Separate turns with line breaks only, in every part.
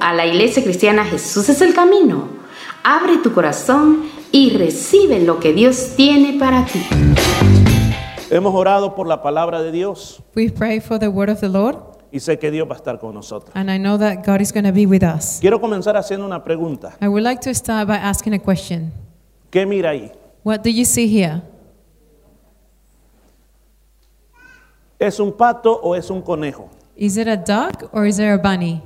a la iglesia cristiana Jesús es el camino. Abre tu corazón y recibe lo que Dios tiene para ti.
Hemos orado por la palabra de Dios
We've prayed for the word of the Lord,
y sé que Dios va a estar con nosotros.
and I know that God is going to be with us.
Quiero comenzar haciendo una pregunta.
I would like to start by asking a question
¿Qué mira ahí?
What do you see here?
¿Es un pato o es un conejo?
Is it a duck or is there a bunny?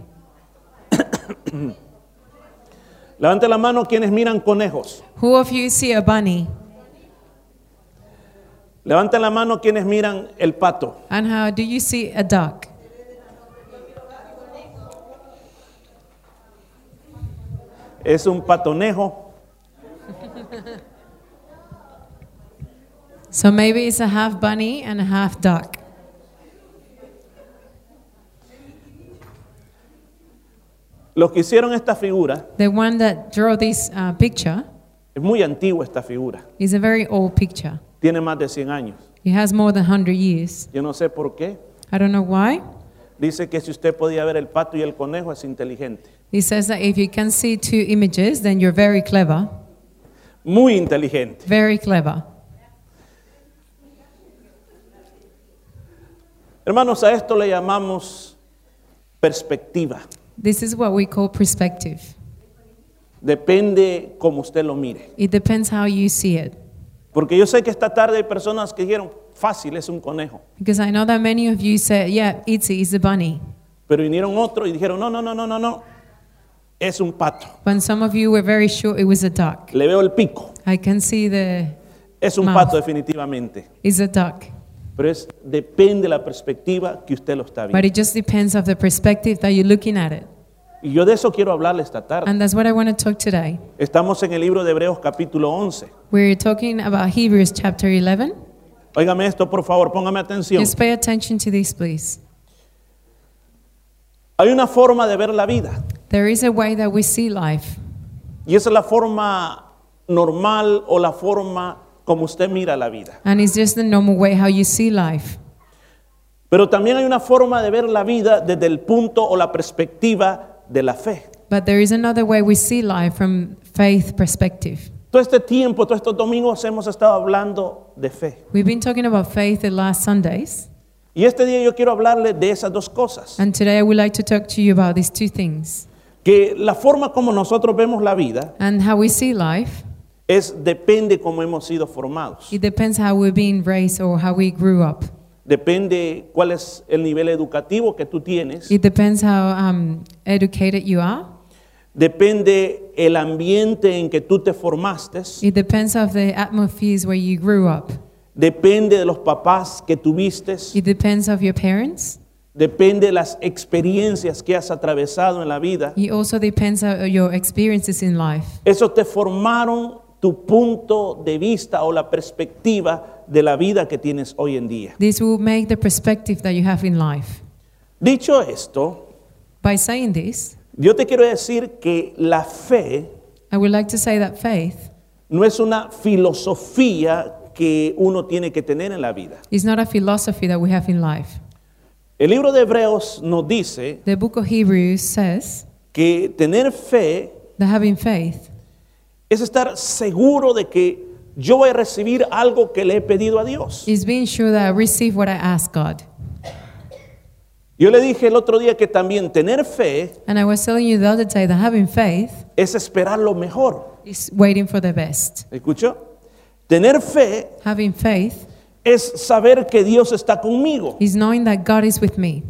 Levante la mano quienes miran conejos.
Who of you see a bunny?
Levante la mano quienes miran el pato.
And how do you see a duck?
¿Es un patonejo?
So maybe it's a half bunny and a half duck.
Los que hicieron esta figura,
The one that drew this uh, picture
es muy antigua esta figura,
is a very old picture.
tiene más de 100 años.
It has more than 100 years.
Yo no sé por qué.
I don't know why.
Dice que si usted podía ver el pato y el conejo es inteligente.
It says that if you can see two images, then you're very clever.
Muy inteligente.
Very clever.
Hermanos, a esto le llamamos perspectiva.
This is what we call perspective.
Depende cómo usted lo mire.
It depends how you see it.
Porque yo sé que esta tarde hay personas que dijeron, fácil, es un conejo.
Because I know that many of you said, yeah, Itzy is a bunny.
Pero vinieron otros y dijeron, no, no, no, no, no, no, es un pato.
When some of you were very sure it was a duck.
Le veo el pico.
I can see the
Es un
Mouth.
pato definitivamente.
is a duck.
Pero es, depende de la perspectiva que usted lo está
But
viendo.
it just depends of the perspective that you're looking at it.
Y yo de eso quiero hablarle esta tarde.
And that's what I want to talk today.
Estamos en el libro de Hebreos capítulo 11.
We're talking about Hebrews chapter 11.
Óigame esto, por favor, póngame atención.
Just pay attention to this, please.
Hay una forma de ver la vida.
There is a way that we see life,
Y esa es la forma normal o la forma como usted mira la vida.
and it's just the normal way how you see life.
Pero también hay una forma de ver la vida desde el punto o la perspectiva de la fe.
But there is another way we see life from faith perspective.
Todo este tiempo, todos estos domingos hemos estado hablando de fe.
We've been talking about faith the last Sundays,
Y este día yo quiero hablarle de esas dos cosas.
and today I would like to talk to you about these two things.
Que la forma como nosotros vemos la vida
And how we see life,
es depende cómo hemos sido formados.
it depends how we're being raised or how we grew up.
Depende cuál es el nivel educativo que tú tienes.
It depends how um, educated you are.
Depende el ambiente en que tú te formaste.
It depends of the atmospheres where you grew up.
Depende de los papás que tuviste.
It depends of your parents.
Depende de las experiencias que has atravesado en la vida.
It also depends on your experiences in life.
Eso te formaron tu punto de vista o la perspectiva de la vida que tienes hoy en día.
This will make the perspective that you have in life.
Dicho esto,
By saying this,
yo te quiero decir que la fe
I would like to say that faith
no es una filosofía que uno tiene que tener en la vida.
is not a philosophy that we have in life.
El libro de Hebreos nos dice
The book of Hebrews says
que tener fe
that having faith
es estar seguro de que yo voy a recibir algo que le he pedido a Dios.
is being sure that I receive what I ask God.
Yo le dije el otro día que también tener fe
And I was telling you the other day that having faith
es esperar lo mejor.
is waiting for the best.
¿Escuchó? Tener fe
Having faith
es saber que Dios está conmigo.
is knowing that God is with me.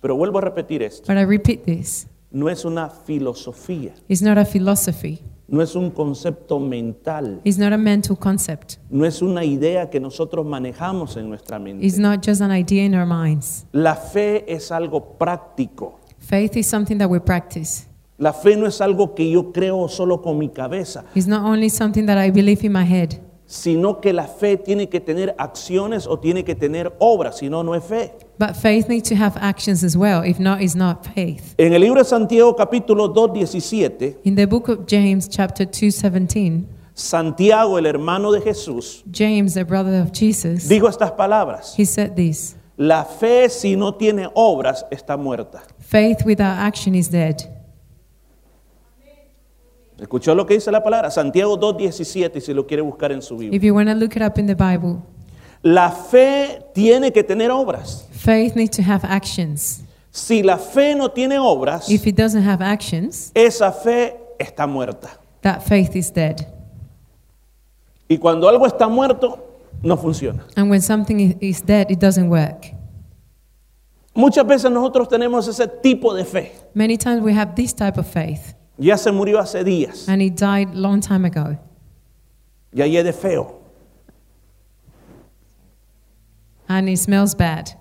Pero vuelvo a repetir esto.
But I repeat this
No es una filosofía,
it's not a philosophy,
no es un concepto mental,
it's not a mental concept,
no es una idea que nosotros manejamos en nuestra
it's
mente.
not just an idea in our minds.
La fe es algo práctico.
Faith is something that we practice.
La fe no es algo que yo creo solo con mi cabeza,
It's not only something that I believe in my head,
sino que la fe tiene que tener acciones o tiene que tener obras, si no, no es fe.
but faith needs to have actions as well. If not, it's not faith.
En el libro de Santiago capítulo 2, 17,
In the book of James, chapter 2:17,
Santiago, el hermano de Jesús,
James, the brother of Jesus,
dijo estas palabras.
he said this:
La fe si no tiene obras está muerta.
Faith without action is dead.
Escuchó lo que dice la palabra, Santiago 2.17, si lo quiere buscar en su Biblia.
If you want to look it up in the Bible,
La fe tiene que tener obras.
faith needs to have actions.
Si la fe no tiene obras,
If it doesn't have actions,
esa fe está muerta.
that faith is dead.
Y cuando algo está muerto, no funciona.
And when something i- is dead, it doesn't work.
Muchas veces nosotros tenemos ese tipo de fe.
Many times we have this type of faith,
Ya se murió hace días.
and it died long time ago.
Ya de feo.
And it smells bad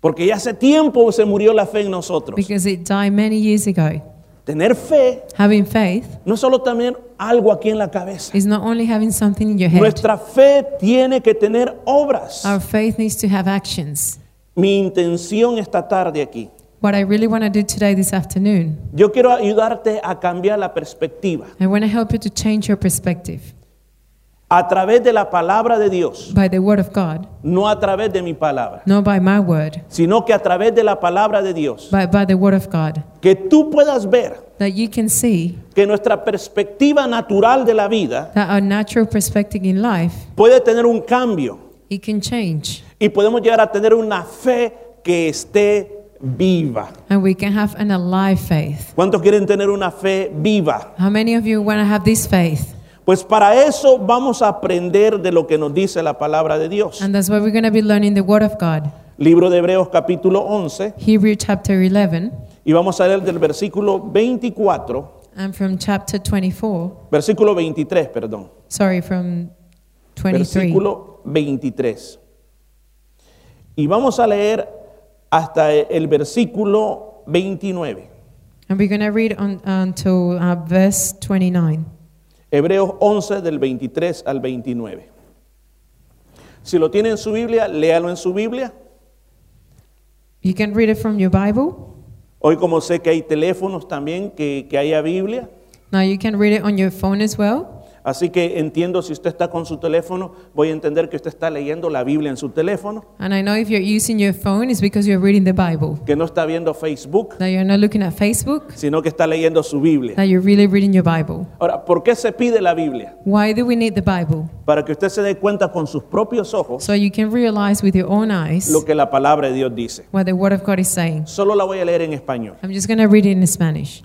Porque ya hace tiempo se murió la fe en nosotros.
because it died many years ago.
Tener fe
Having faith
no es solo tener algo aquí en la cabeza.
is not only having something in your head,
Nuestra fe tiene que tener obras.
our faith needs to have actions.
Mi intención esta tarde aquí.
What I really want to do today, this afternoon,
Yo quiero ayudarte a cambiar la perspectiva.
I want to help you to change your perspective
A través de la palabra de Dios.
by the Word of God,
No a través de mi palabra.
not by my word,
Sino que a través de la palabra de Dios.
but by the Word of God,
Que tú puedas ver
that you can see
que nuestra perspectiva natural de la vida
that our natural perspective in life,
puede tener un cambio
it can change,
y podemos llegar a tener una fe que esté viva.
and we can have an alive faith.
¿Cuántos quieren tener una fe viva?
How many of you want to have this faith?
Pues para eso vamos a aprender de lo que nos dice la palabra de Dios.
And that's why we're going to be learning the Word of God.
Libro de Hebreos capítulo 11
Hebrew chapter 11
y vamos a leer del versículo 24,
and from chapter 24,
versículo 23, perdón.
sorry, from 23.
versículo 23. Y vamos a leer hasta el versículo 29.
And we're going to read on, until uh, verse 29.
Hebreos 11 del 23 al 29. Si lo tiene en su Biblia, léalo en su Biblia.
You can read it from your Bible.
Hoy como sé que hay teléfonos también que, que haya Biblia,
Now you can read it on your phone as well.
así que entiendo si usted está con su teléfono, voy a entender que usted está leyendo la Biblia en su teléfono,
And I know if you're using your phone, it's because you're reading the Bible.
que no está viendo Facebook,
That you're not looking at Facebook,
sino que está leyendo su Biblia.
that you're really reading your Bible.
Ahora, ¿por qué se pide la Biblia?
Why do we need the Bible?
Para que usted se dé cuenta con sus propios ojos
So you can realize with your own eyes
lo que la palabra de Dios dice.
what the Word of God is saying.
Solo la voy a leer en español.
I'm just going to read it in Spanish.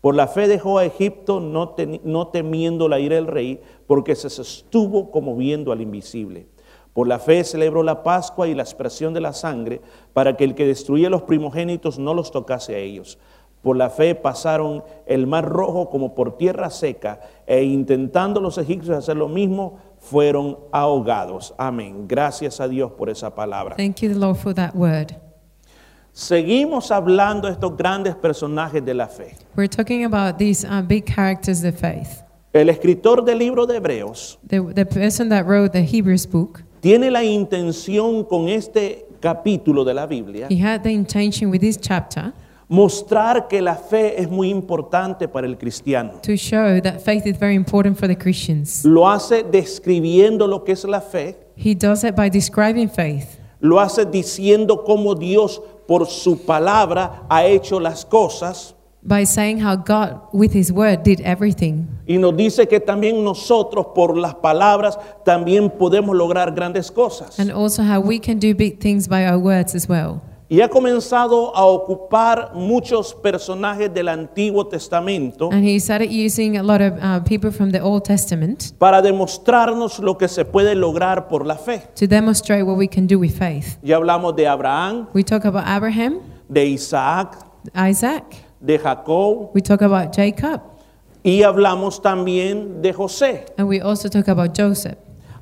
Por la fe dejó a Egipto no, teni- no temiendo la ira del rey, porque se sostuvo como viendo al invisible. Por la fe celebró la Pascua y la expresión de la sangre, para que el que destruía los primogénitos no los tocase a ellos. Por la fe pasaron el mar rojo como por tierra seca, e intentando los egipcios hacer lo mismo, fueron ahogados. Amén. Gracias a Dios por esa palabra.
Thank you, Lord, for that word.
Seguimos hablando de estos grandes personajes de la fe.
We're talking about these uh, big characters of faith.
El escritor del libro de Hebreos
The, the person that wrote the Hebrews book,
tiene la intención con este capítulo de la Biblia
he had the intention with this chapter
mostrar que la fe es muy importante para el cristiano.
to show that faith is very important for the Christians.
Lo hace describiendo lo que es la fe,
He does it by describing faith.
lo hace diciendo cómo Dios por su palabra ha hecho las cosas
By saying how God, with His word, did everything.
y nos dice que también nosotros por las palabras también podemos lograr grandes cosas.
And also how we can do big things by our words as well.
Y ha comenzado a ocupar muchos personajes del Antiguo Testamento
And he started using a lot of uh, people from the Old Testament
para demostrarnos lo que se puede lograr por la fe.
to demonstrate what we can do with faith.
Ya hablamos de Abraham,
We talk about Abraham,
de Isaac,
Isaac,
de Jacob
we talk about Jacob,
y hablamos también de José.
and we also talk about Joseph.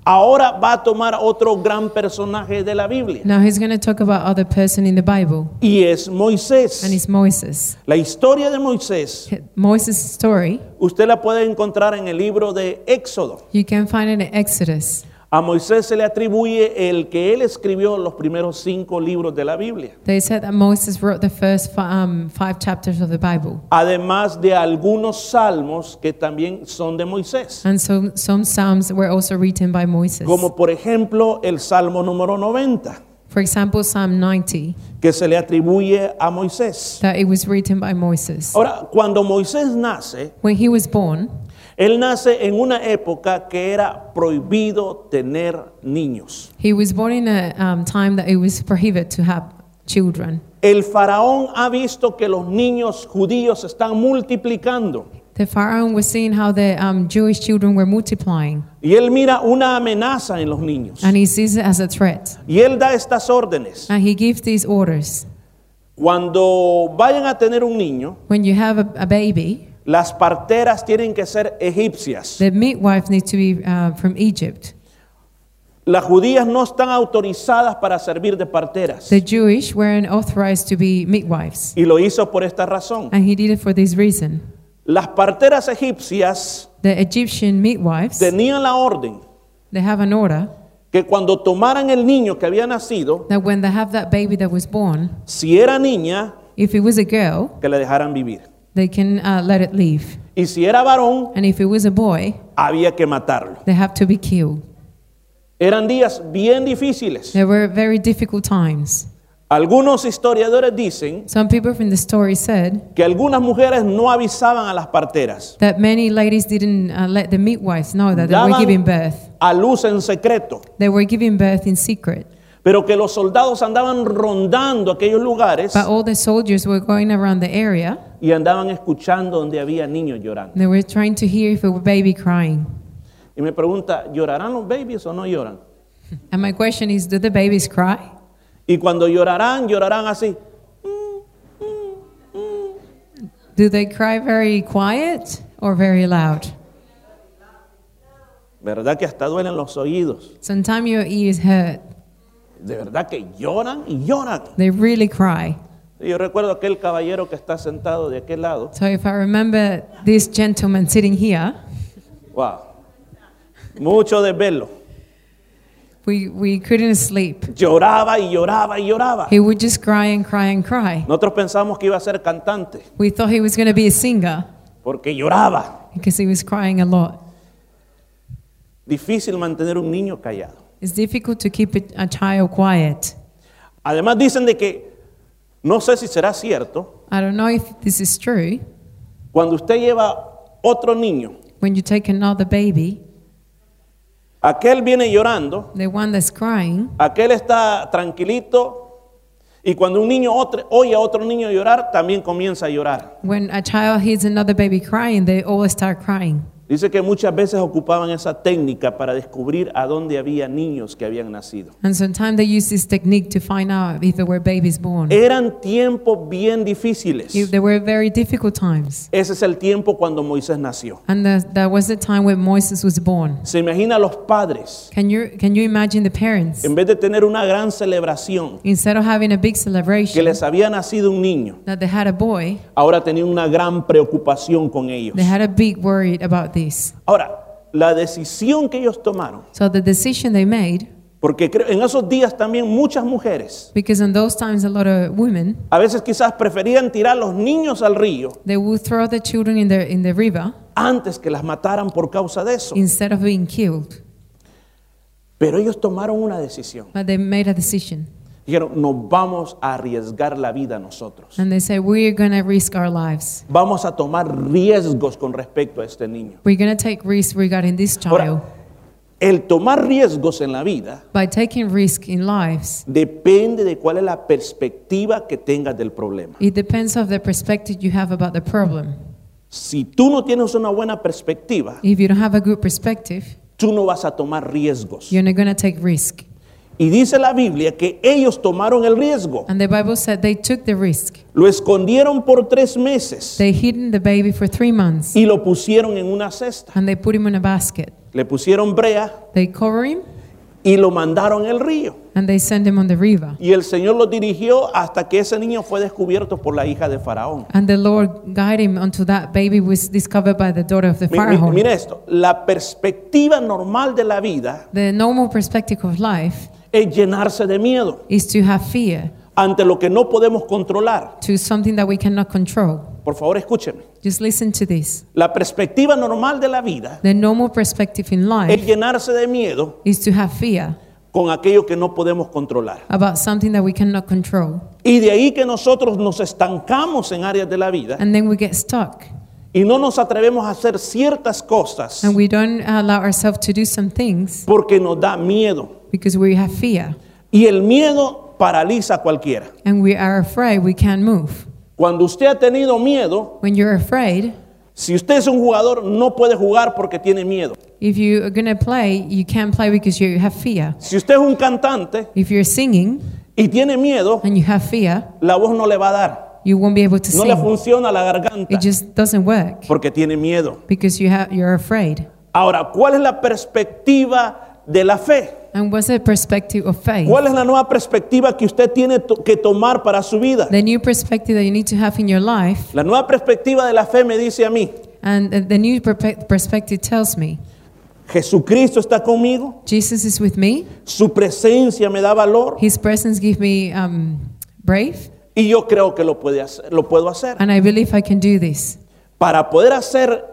Ahora va a tomar otro gran personaje de la Biblia
Now he's going to talk about other person in the Bible,
y es
and
Moisés.
it's Moses.
La historia de Moisés
Moses' story,
usted la puede encontrar en el libro de Éxodo.
you can find it in Exodus.
A Moisés se le atribuye el que él escribió los primeros cinco libros de la Biblia,
They said that Moses wrote the first fi- um, five chapters of the Bible,
además de algunos salmos que también son de Moisés,
and so some psalms were also written by Moses.
como por ejemplo el Salmo número 90,
For example, Psalm 90,
que se le atribuye a Moisés.
that it was written by Moses.
Ahora, cuando Moisés nace,
When he was born,
él nace en una época que era prohibido tener niños.
he was born in a um, time that it was prohibited to have children.
El faraón ha visto que los niños judíos se están multiplicando
The Pharaoh was seeing how the um, Jewish children were multiplying,
y él mira una amenaza en los niños.
and he sees it as a threat.
Y él da estas órdenes.
And he gives these orders.
Cuando vayan a tener un niño,
When you have a, a baby,
las parteras tienen que ser egipcias.
the midwife needs to be uh, from Egypt.
Las judías no están autorizadas para servir de parteras.
The Jewish weren't authorized to be midwives,
Y lo hizo por esta razón.
and he did it for this reason.
Las parteras egipcias
The Egyptian midwives,
tenían la orden
they have an order
que cuando tomaran el niño que había nacido,
that when they have that baby that was born,
si era niña,
if it was a girl,
que la dejaran vivir.
they can uh, let it leave,
Y si era varón,
and if it was a boy,
había que matarlo.
they have to be killed.
Eran días bien difíciles.
There were very difficult times.
Algunos historiadores dicen
Some people from the story said
que algunas mujeres no avisaban a las parteras.
that many ladies didn't uh, let the midwives know that they were
Daban
giving birth.
a luz en secreto,
They were giving birth in secret,
pero que los soldados andaban rondando aquellos lugares
but all the soldiers were going around the area.
y andaban escuchando donde había niños llorando.
and They were trying to hear if it were baby crying.
Y me pregunta, ¿llorarán los babies o no lloran?
And my question is, do the babies cry?
Y cuando llorarán, llorarán así.
Do they cry very quiet or very loud?
¿Verdad que hasta duelen los oídos?
Sometimes your ears hurt.
De verdad que lloran y lloran.
They really cry.
Y Yo recuerdo aquel caballero que está sentado de aquel lado.
So if I remember this gentleman sitting here,
Wow. Mucho desvelo.
we, we couldn't sleep.
Lloraba y lloraba y lloraba.
He would just cry and cry and cry.
Nosotros pensamos que iba a ser cantante
We thought he was going to be a singer
porque lloraba.
because he was crying a lot.
Difícil mantener un niño callado.
It's difficult to keep a, a child quiet.
Además dicen de que, no sé si será cierto,
I don't know if this is true.
cuando usted lleva otro niño,
When you take another baby,
aquel viene llorando,
the one that's crying,
aquel está tranquilito, y cuando un niño otro- oye a otro niño llorar, también comienza a llorar.
when a child hears another baby crying, they all start crying.
Dice que muchas veces ocupaban esa técnica para descubrir a dónde había niños que habían nacido.
And sometimes they use this technique to find out if there were babies born.
Eran tiempos bien difíciles.
If there were very difficult times.
Ese es el tiempo cuando Moisés nació.
And the, that was the time when Moses was born.
Se imagina a los padres,
Can you, can you imagine the parents?
en vez de tener una gran celebración,
Instead of having a big
que
celebration
les había nacido un niño,
that they had a boy,
ahora tenían una gran preocupación con ellos.
they had a big worry about this.
Ahora, la decisión que ellos tomaron,
So the decision they made,
porque creo, en esos días también muchas mujeres,
because in those times a lot of women,
a veces quizás preferían tirar los niños al río
they would throw the children in the, in the river
antes que las mataran por causa de eso.
instead of being killed.
Pero ellos tomaron una decisión.
But they made a decision.
Dijeron, nos vamos a arriesgar la vida nosotros.
And they said, we're going to risk our lives.
Vamos a tomar riesgos con respecto a este niño.
We're going to take risks regarding this child.
Ahora, el tomar riesgos en la vida
By taking risk in lives,
depende de cuál es la perspectiva que tengas del problema.
it depends on the perspective you have about the problem.
Si tú no tienes una buena perspectiva,
If you don't have a good perspective,
tú no vas a tomar riesgos.
you're not going to take risk.
Y dice la Biblia que ellos tomaron el riesgo.
And the Bible said they took the risk.
Lo escondieron por tres meses
They hidden the baby for three months
y lo pusieron en una cesta.
and they put him in a basket.
Le pusieron brea
They cover him
y lo mandaron al río.
and they send him on the river.
Y el Señor lo dirigió hasta que ese niño fue descubierto por la hija de Faraón.
And the Lord guide him until that baby was discovered by the daughter of the
Mi- mi-
Pharaoh.
mira esto, la perspectiva normal de la vida
The normal perspective of life
es llenarse de miedo
is to have fear
ante lo que no podemos controlar.
to something that we cannot control.
Por favor, escúcheme.
Just listen to this.
La perspectiva normal de la vida
The normal perspective in
es
life
llenarse de miedo
is to have fear
con aquello que no podemos controlar.
about something that we cannot control.
Y de ahí que nosotros nos estancamos en áreas de la vida
And then we get stuck
y no nos atrevemos a hacer ciertas cosas
and we don't allow ourselves to do some things
porque nos da miedo.
because we have fear
Y el miedo paraliza a cualquiera.
and we are afraid we can't move.
Cuando usted ha tenido miedo,
When you're afraid,
si usted es un jugador, no puede jugar porque tiene miedo.
if you are going to play, you can't play because you have fear.
Si usted es un cantante
If you're singing
y tiene miedo,
and you have fear,
la voz no le va a dar.
you won't be able to
No le
sing.
funciona la garganta
It just doesn't work
porque tiene miedo.
because you have, you're afraid.
Ahora, ¿cuál es la perspectiva de la fe?
And what's the perspective of faith?
¿Cuál es la nueva perspectiva que usted tiene to- que tomar para su vida?
The new perspective that you need to have in your life,
La nueva perspectiva de la fe me dice a mí,
and the- the new perpe- perspective tells me
Jesucristo está conmigo,
Jesus is with me.
su presencia me da valor
His presence gives me um, brave,
y yo creo que lo, puede hacer- lo puedo hacer.
and I believe I can do this.
Para poder hacer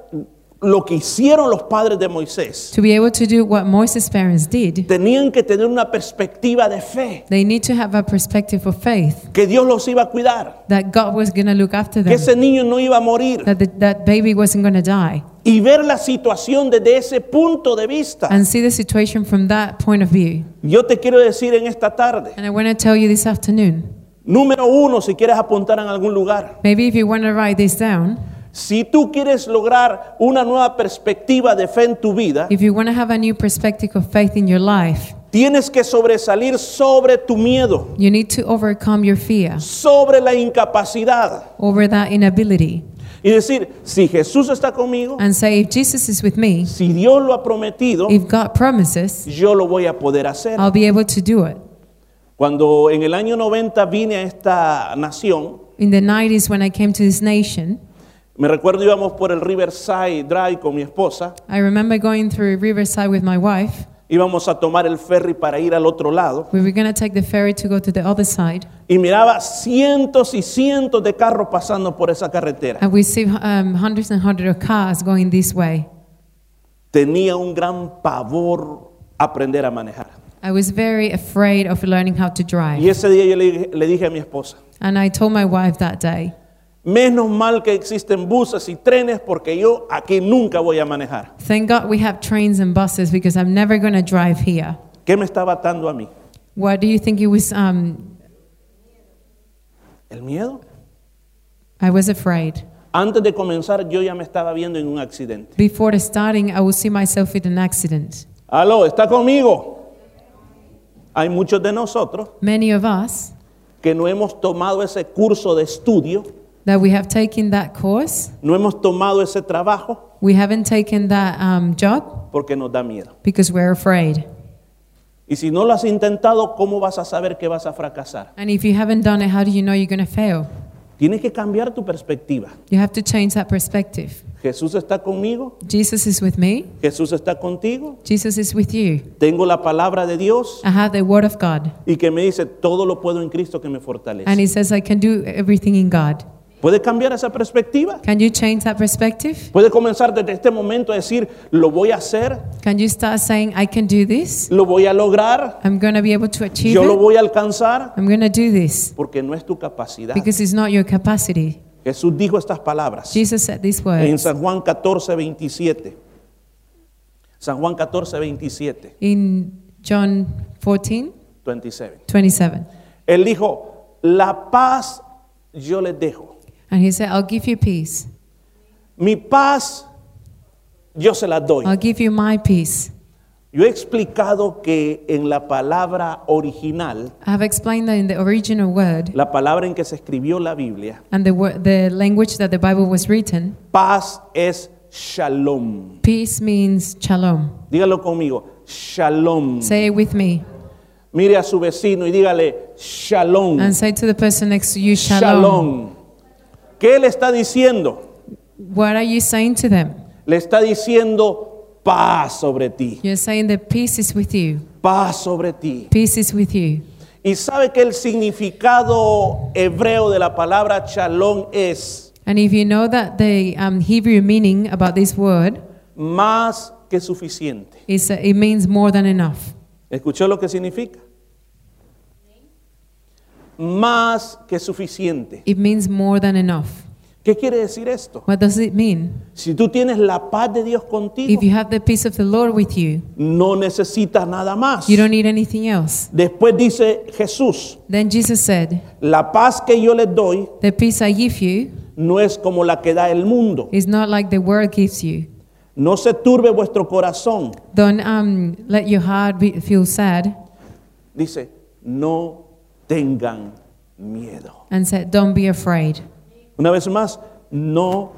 lo que hicieron los padres de Moisés,
To be able to do what Moses' parents did,
tenían que tener una perspectiva de fe,
they need to have a perspective of faith
que Dios los iba a cuidar,
that God was going to look after
que
them,
ese niño no iba a morir
that the, that baby wasn't going to die,
y ver la situación desde ese punto de vista.
and see the situation from that point of view.
Yo te quiero decir en esta tarde,
And I want to tell you this afternoon.
número uno, si quieres apuntar en algún lugar,
Maybe if you want to write this down,
Si tú quieres lograr una nueva perspectiva de fe en tu vida,
if you want to have a new perspective of faith in your life,
tienes que sobresalir sobre tu miedo,
you need to overcome your fear
sobre la incapacidad
over that inability
y decir, si Jesús está conmigo,
and say, if Jesus is with me,
si Dios lo ha prometido,
if God promises,
yo lo voy a poder hacer.
I'll be able to do it.
Cuando en el año 90 vine a esta nación,
In the 90s, when I came to this nation,
me recuerdo íbamos por el Riverside Drive con mi esposa,
I remember going through Riverside with my wife.
íbamos a tomar el ferry para ir al otro lado
We were going to take the ferry to go to the other side,
y miraba cientos y cientos de carros pasando por esa carretera.
and we see um, hundreds and hundreds of cars going this way.
tenía un gran pavor aprender a manejar.
I was very afraid of learning how to drive.
Y ese día yo le, dije- le dije a mi esposa,
And I told my wife that day,
menos mal que existen buses y trenes porque yo aquí nunca voy a manejar.
Thank God we have trains and buses because I'm never going to drive here.
¿Qué me estaba atando a mí?
What do you think it was? Um,
El miedo.
I was afraid.
Antes de comenzar yo ya me estaba viendo en un accidente.
Before the starting, I would see myself in an accident.
Aló, ¿está conmigo? Hay muchos de nosotros
Many of us
que no hemos tomado ese curso de estudio,
that we have taken that course,
no hemos tomado ese trabajo
we haven't taken that um, job
porque nos da miedo.
because we're afraid.
Y si no lo has intentado, ¿cómo vas a saber que vas a fracasar?
And if you haven't done it, how do you know you're going to fail?
Tienes que cambiar tu perspectiva.
You have to change that perspective.
Jesús está conmigo,
Jesus is with me.
Jesús está contigo,
Jesus is with you.
tengo la palabra de Dios
I have the Word of God.
y que me dice, todo lo puedo en Cristo que me
And
fortalece.
He says, I can do everything in God.
¿Puede cambiar esa perspectiva?
Can you change that perspective?
¿Puede comenzar desde este momento a decir, lo voy a hacer,
Can you start saying, I can do this?
lo voy a lograr,
I'm going to be able to achieve
yo lo
it.
voy a alcanzar?
I'm going to do this
Porque no es tu capacidad.
because it's not your capacity.
Jesús dijo estas palabras
Jesus said these
en
words
San Juan 14, 27. San Juan 14, 27.
in John 14
27.
27.
Él dijo, la paz yo les dejo.
And He said, I'll give you peace.
Mi paz yo se la doy.
I'll give you my peace.
Yo he explicado que en la palabra original,
I have explained that in the original word
la palabra en que se escribió la Biblia,
and the, wor- the language that the Bible was written,
paz es shalom.
Peace means shalom.
Dígalo conmigo, shalom.
Say it with me
Mire a su vecino y dígale, shalom.
and say to the person next to you,
Shalom.
shalom.
¿Qué le está diciendo?
What are you saying to them?
Le está diciendo paz sobre ti,
You're saying that peace is with you.
paz sobre ti.
Peace is with you.
Y sabe que el significado hebreo de la palabra shalom es
And if you know that the um, Hebrew meaning about this word
más que suficiente.
is that it means more than enough.
¿Escuchó lo que significa? Más que suficiente.
It means more than enough.
¿Qué quiere decir esto?
What does it mean?
Si tú tienes la paz de Dios
If
contigo,
you have the peace of the Lord with you,
no necesitas nada más.
you don't need anything else.
Después dice Jesús,
Then Jesus said,
la paz que yo les doy
The peace I give you
no es como la que da el mundo.
is not like the world gives you.
No se turbe vuestro corazón.
Don't um, let your heart be, feel sad
Dice, no tengan miedo.
and said, Don't be afraid.
Una vez más, no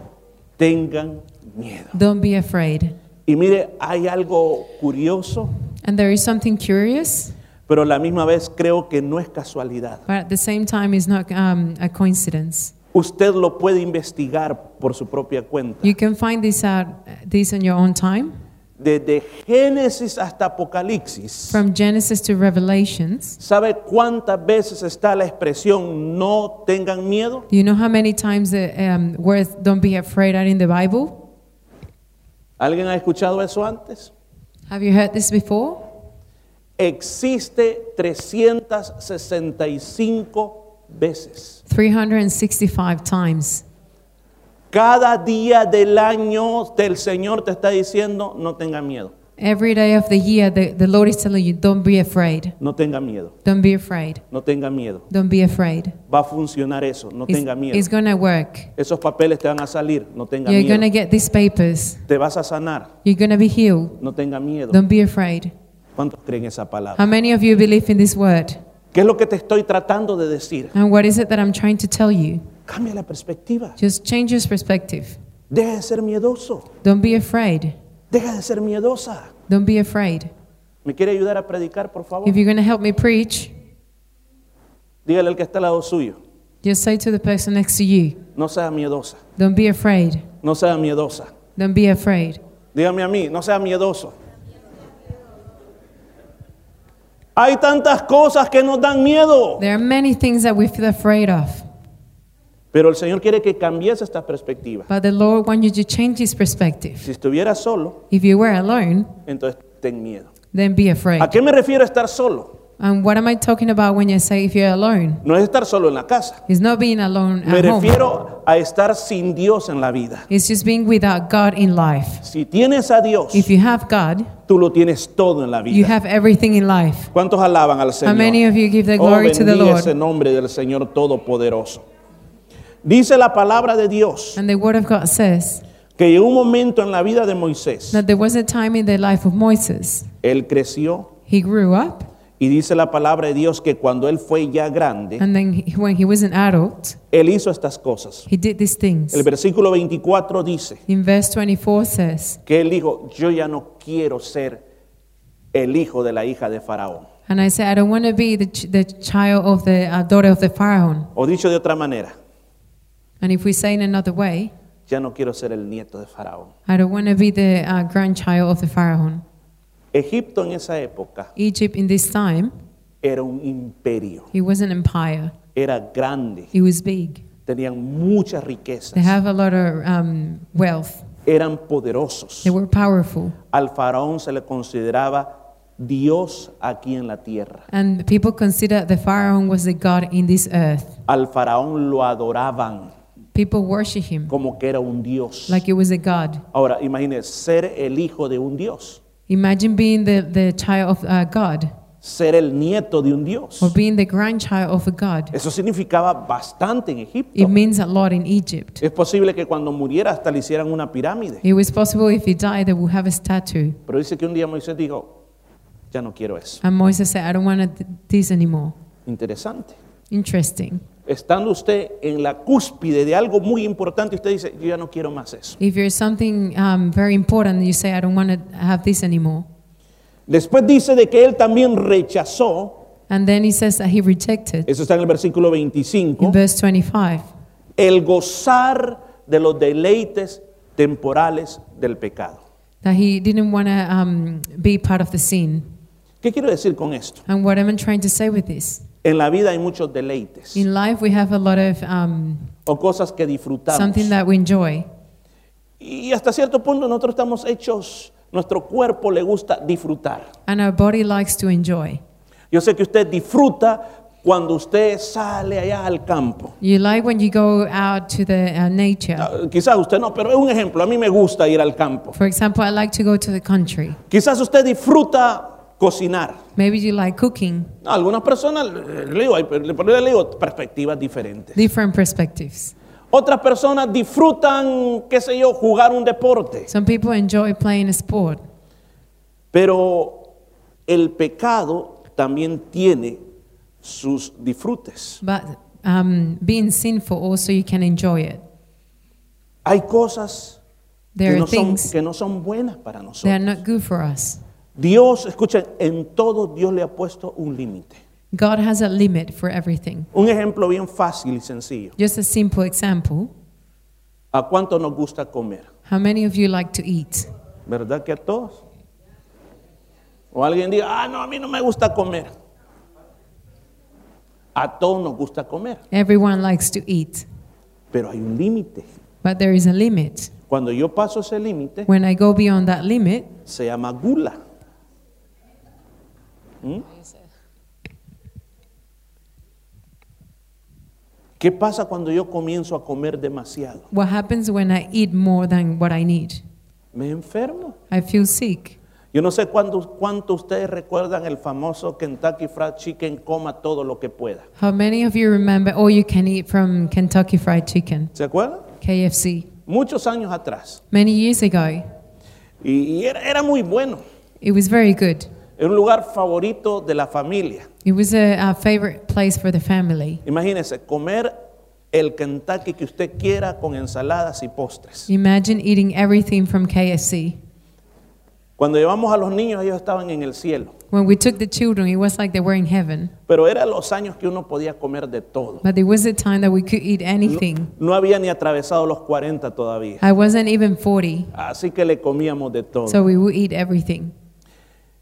tengan miedo.
Don't be afraid.
Y mire, hay algo curioso,
And there is something curious,
pero a la misma vez creo que no es casualidad.
but at the same time, it's not um, a coincidence.
Usted lo puede investigar por su propia cuenta.
You can find this out this on your own time.
Desde Génesis hasta Apocalipsis,
From Genesis to Revelations,
¿sabe cuántas veces está la expresión no tengan miedo?
you know how many times the um, words don't be afraid are in the Bible?
¿Alguien ha escuchado eso antes?
Have you heard this before?
Existe 365 veces.
365 times.
Cada día del año el Señor te está diciendo no tenga miedo,
Every day of the year, the, the Lord is telling you, don't be afraid.
no tenga miedo,
Don't be afraid.
no tenga miedo.
Don't be afraid.
Va a funcionar eso, no tenga miedo.
it's going to work.
Esos papeles te van a salir, no tenga
You're going to
miedo.
get these papers.
Te vas a sanar,
You're going to be healed.
no tenga miedo.
Don't be afraid.
¿Cuántos creen esa palabra?
How many of you believe in this word?
¿Qué es lo que te estoy tratando de decir?
And what is it that I'm trying to tell you?
Cambia la perspectiva.
Just change your perspective.
Deja de ser miedoso.
Don't be afraid.
Deja de ser miedosa.
Don't be afraid.
¿Me quiere ayudar a predicar, por favor?
If you're going to help me preach,
Dígale al que está al lado suyo,
just say to the person next to you,
no sea miedosa,
don't be afraid.
no sea miedosa.
Don't be afraid.
Dígame a mí, no sea miedoso. Hay tantas cosas que nos dan miedo,
There are many things that we feel afraid of,
pero el Señor quiere que cambies esta perspectiva.
but the Lord wants you to change his perspective.
Si estuviera solo,
If you were alone,
entonces ten miedo.
then be afraid.
¿A qué me refiero a estar solo?
And what am I talking about when I say if you're alone?
No es estar solo en la casa.
It's not being alone
Me
at home.
refiero a estar sin Dios en la vida.
It's just being without God in life.
Si tienes a Dios,
If you have God,
tú lo tienes todo en la
you
vida.
have everything in life.
¿Cuántos alaban al Señor?
How many of you give the
Oh,
glory to the
bendiga ese
Lord?
nombre del Señor Todopoderoso. Dice la palabra de Dios
And the Word of God says
que llegó un momento en la vida de Moisés.
that there was a time in the life of Moses.
Él creció
He grew up,
y dice la palabra de Dios que cuando él fue ya grande,
and then he- when he was an adult,
él hizo estas cosas.
he did these things.
El versículo 24 dice
In verse 24 says,
que él dijo, yo ya no quiero ser el hijo de la hija de Faraón.
And I said, I don't want to be the, ch- the child of the uh, daughter of the Pharaoh.
O dicho de otra manera,
And if we say in another way,
ya no quiero ser el nieto de Faraón.
I don't want to be the uh, grandchild of the Pharaoh.
Egipto en esa época
Egypt in this time,
era un imperio,
it was an empire.
era grande,
It was big.
tenían muchas
They
riquezas.
have a lot of um, wealth.
eran poderosos.
They were powerful.
Al faraón se le consideraba Dios aquí en la tierra.
And people considered the Pharaoh was the God in this earth.
Al faraón lo adoraban
People worship him
como que era un Dios.
like it was a God.
Ahora, imagínense, ser el hijo de un Dios,
Imagine being the, the child of uh, God
ser el nieto de un Dios.
or being the grandchild of a God.
Eso significaba bastante en
It
Egipto.
means a lot in Egypt.
Es posible que cuando muriera hasta le hicieran una pirámide.
It was possible if he died, they would have a statue.
Pero dice que un día Moisés dijo, ya no quiero eso.
And Moses said, I don't want this anymore.
Interesante.
Interesting.
estando usted en la cúspide de algo muy importante, usted dice, yo ya no quiero más eso.
If you're something um, very important, you say, I don't want to have this anymore.
Después dice de que él también rechazó,
And then he says that he rejected.
eso está en el versículo 25,
In verse 25,
el gozar de los deleites temporales del pecado.
that he didn't want to um, be part of the scene.
¿Qué quiero decir con esto?
And what am I trying to say with this?
En la vida hay muchos deleites
In life, we have a lot of um,
o cosas que disfrutamos.
something that we enjoy.
Y hasta cierto punto nosotros estamos hechos, nuestro cuerpo le gusta disfrutar.
And our body likes to enjoy.
Yo sé que usted disfruta cuando usted sale allá al campo.
You like when you go out to the uh, nature.
Ah, Quizás usted no, pero es un ejemplo. A mí me gusta ir al campo.
For example, I like to go to the country.
Quizás usted disfruta cocinar.
Maybe you like cooking.
A algunas personas, eh, le digo, hay- por ahí le digo, perspectivas diferentes.
Different perspectives.
Otras personas disfrutan, qué sé yo, jugar un deporte.
Some people enjoy playing a sport,
Pero el pecado también tiene sus disfrutes.
but um, being sinful also you can enjoy it.
Hay cosas que
There
no,
are
son,
things
que no son buenas para
that are
nosotros.
not good for us.
Dios, escuchen, en todo Dios le ha puesto un límite.
God has a limit for everything.
Un ejemplo bien fácil y sencillo.
Just a simple example.
¿A cuánto nos gusta comer?
How many of you like to eat?
¿Verdad que a todos? O alguien diga, ah, no, a mí no me gusta comer. A todos nos gusta comer,
Everyone likes to eat,
pero hay un límite.
but there is a limit.
Cuando yo paso ese límite,
When I go beyond that limit,
se llama gula. ¿Mm? ¿Qué pasa cuando yo comienzo a comer demasiado?
what happens when I eat more than what I need?
Me enfermo.
I feel sick.
Yo no sé cuántos cuánto ustedes recuerdan el famoso Kentucky Fried Chicken, coma todo lo que pueda.
How many of you remember all you can eat from Kentucky Fried Chicken,
¿Se acuerdan?
KFC?
Muchos años atrás.
Many years ago,
Y, y era, era muy bueno.
it was very good.
Era un lugar favorito de la familia.
It was a, a favorite place for the family.
Imagínense, comer el Kentucky que usted quiera con ensaladas y postres.
Imagine eating everything from KFC.
Cuando llevamos a los niños, ellos estaban en el cielo.
When we took the children, it was like they were in heaven.
Pero eran los años que uno podía comer de todo.
But there was a time that we could eat anything.
No había ni atravesado los 40 todavía.
I wasn't even 40,
Así que le comíamos de todo.
so we would eat everything.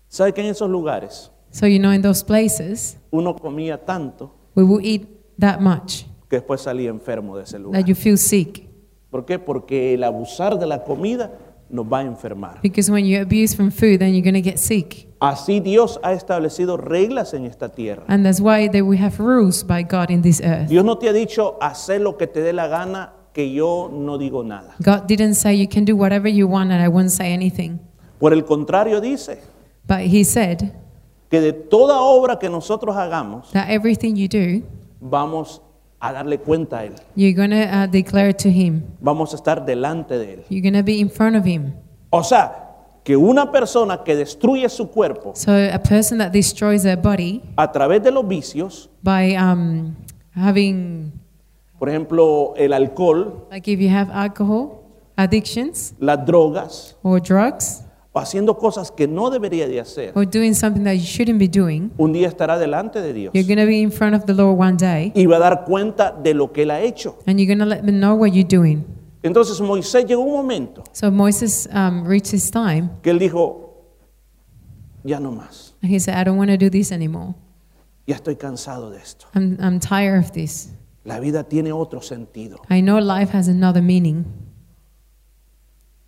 ¿Sabe que en esos lugares
So, you know, in those places,
uno comía tanto
we would eat that much
que después salía enfermo de ese lugar?
that you feel sick.
¿Por qué? Porque el abusar de la comida nos va a enfermar.
Because when you abuse from food, then you're going to get sick.
Así Dios ha establecido reglas en esta tierra.
And that's why that we have rules by God in this earth.
Dios no te ha dicho hacer lo que te dé la gana, que yo no digo nada.
God didn't say you can do whatever you want and I won't say anything.
Por el contrario, dice
But he said
que de toda obra que nosotros hagamos,
that everything you do,
vamos a darle cuenta a Él.
you're going to uh, declare to him.
Vamos a estar delante de Él.
You're going to be in front of him.
O sea, que una persona que destruye su cuerpo
So a person that destroys their body
a través de los vicios,
by um, having,
por ejemplo, el alcohol,
like if you have alcohol, addictions,
las drogas,
or drugs,
o haciendo cosas que no debería de hacer,
or doing something that you shouldn't be doing,
un día estará delante de Dios
you're going to be in front of the Lord one day
y va a dar cuenta de lo que él ha hecho.
and you're going to let them know what you're doing.
Entonces Moisés llegó un momento
So Moses um, reached his time
que él dijo, ya no más,
and he said, I don't want to do this anymore.
ya estoy cansado de esto.
I'm, I'm tired of this.
La vida tiene otro sentido.
I know life has another meaning.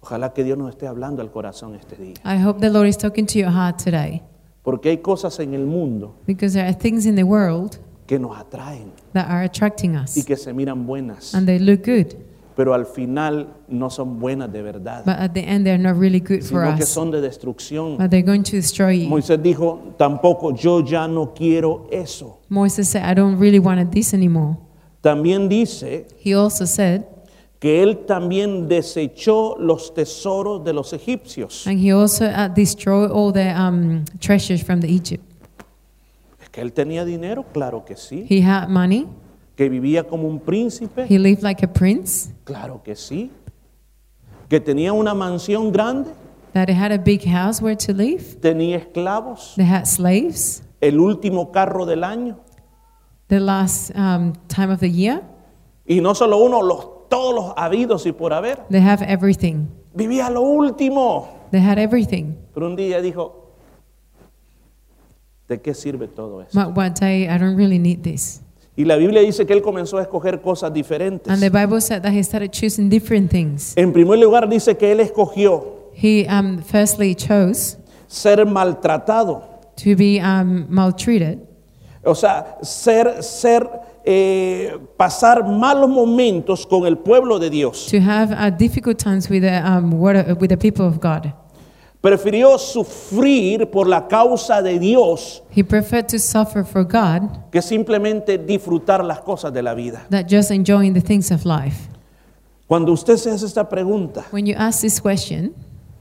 Ojalá que Dios nos esté hablando al corazón este día.
I hope the Lord is talking to your heart today
Porque hay cosas en el mundo
because there are things in the world
que nos atraen
that are attracting
y
us
que se miran buenas,
and they look good,
pero al final no son buenas de verdad,
but at the end they're not really good for
sino que
us,
son de destrucción.
but they're going to destroy you.
Moisés dijo, tampoco yo ya no quiero eso.
Moses said, I don't really want this anymore.
También dice
He also said,
que él también desechó los tesoros de los egipcios.
and he also uh, destroyed all the um, treasures from the Egypt.
¿Que él tenía dinero? Claro que sí.
He had money,
¿Que que vivía como un príncipe?
He lived like a prince,
Claro que sí. Que tenía una mansión grande,
that he had a big house where to live,
tenía esclavos,
they had slaves,
el último carro del año.
the last um, time of the year.
Y no solo uno, los, todos los habidos y por haber.
They have everything.
Vivía lo último.
They had everything.
Pero un día dijo, ¿de qué sirve todo eso?
But one day, I don't really need this.
Y la Biblia dice que él comenzó a escoger cosas
And
diferentes.
the Bible said that he started choosing different things.
En primer lugar dice que él escogió
He um, firstly chose
ser maltratado,
to be um, maltreated,
o sea, ser, ser, eh, pasar malos momentos con el pueblo de Dios.
to have uh, difficult times with the, um, word, with the people of God.
Prefirió sufrir por la causa de Dios
He preferred to suffer for God
que simplemente disfrutar las cosas de la vida.
than just enjoying the things of life.
Cuando usted se hace esta pregunta,
When you ask this question,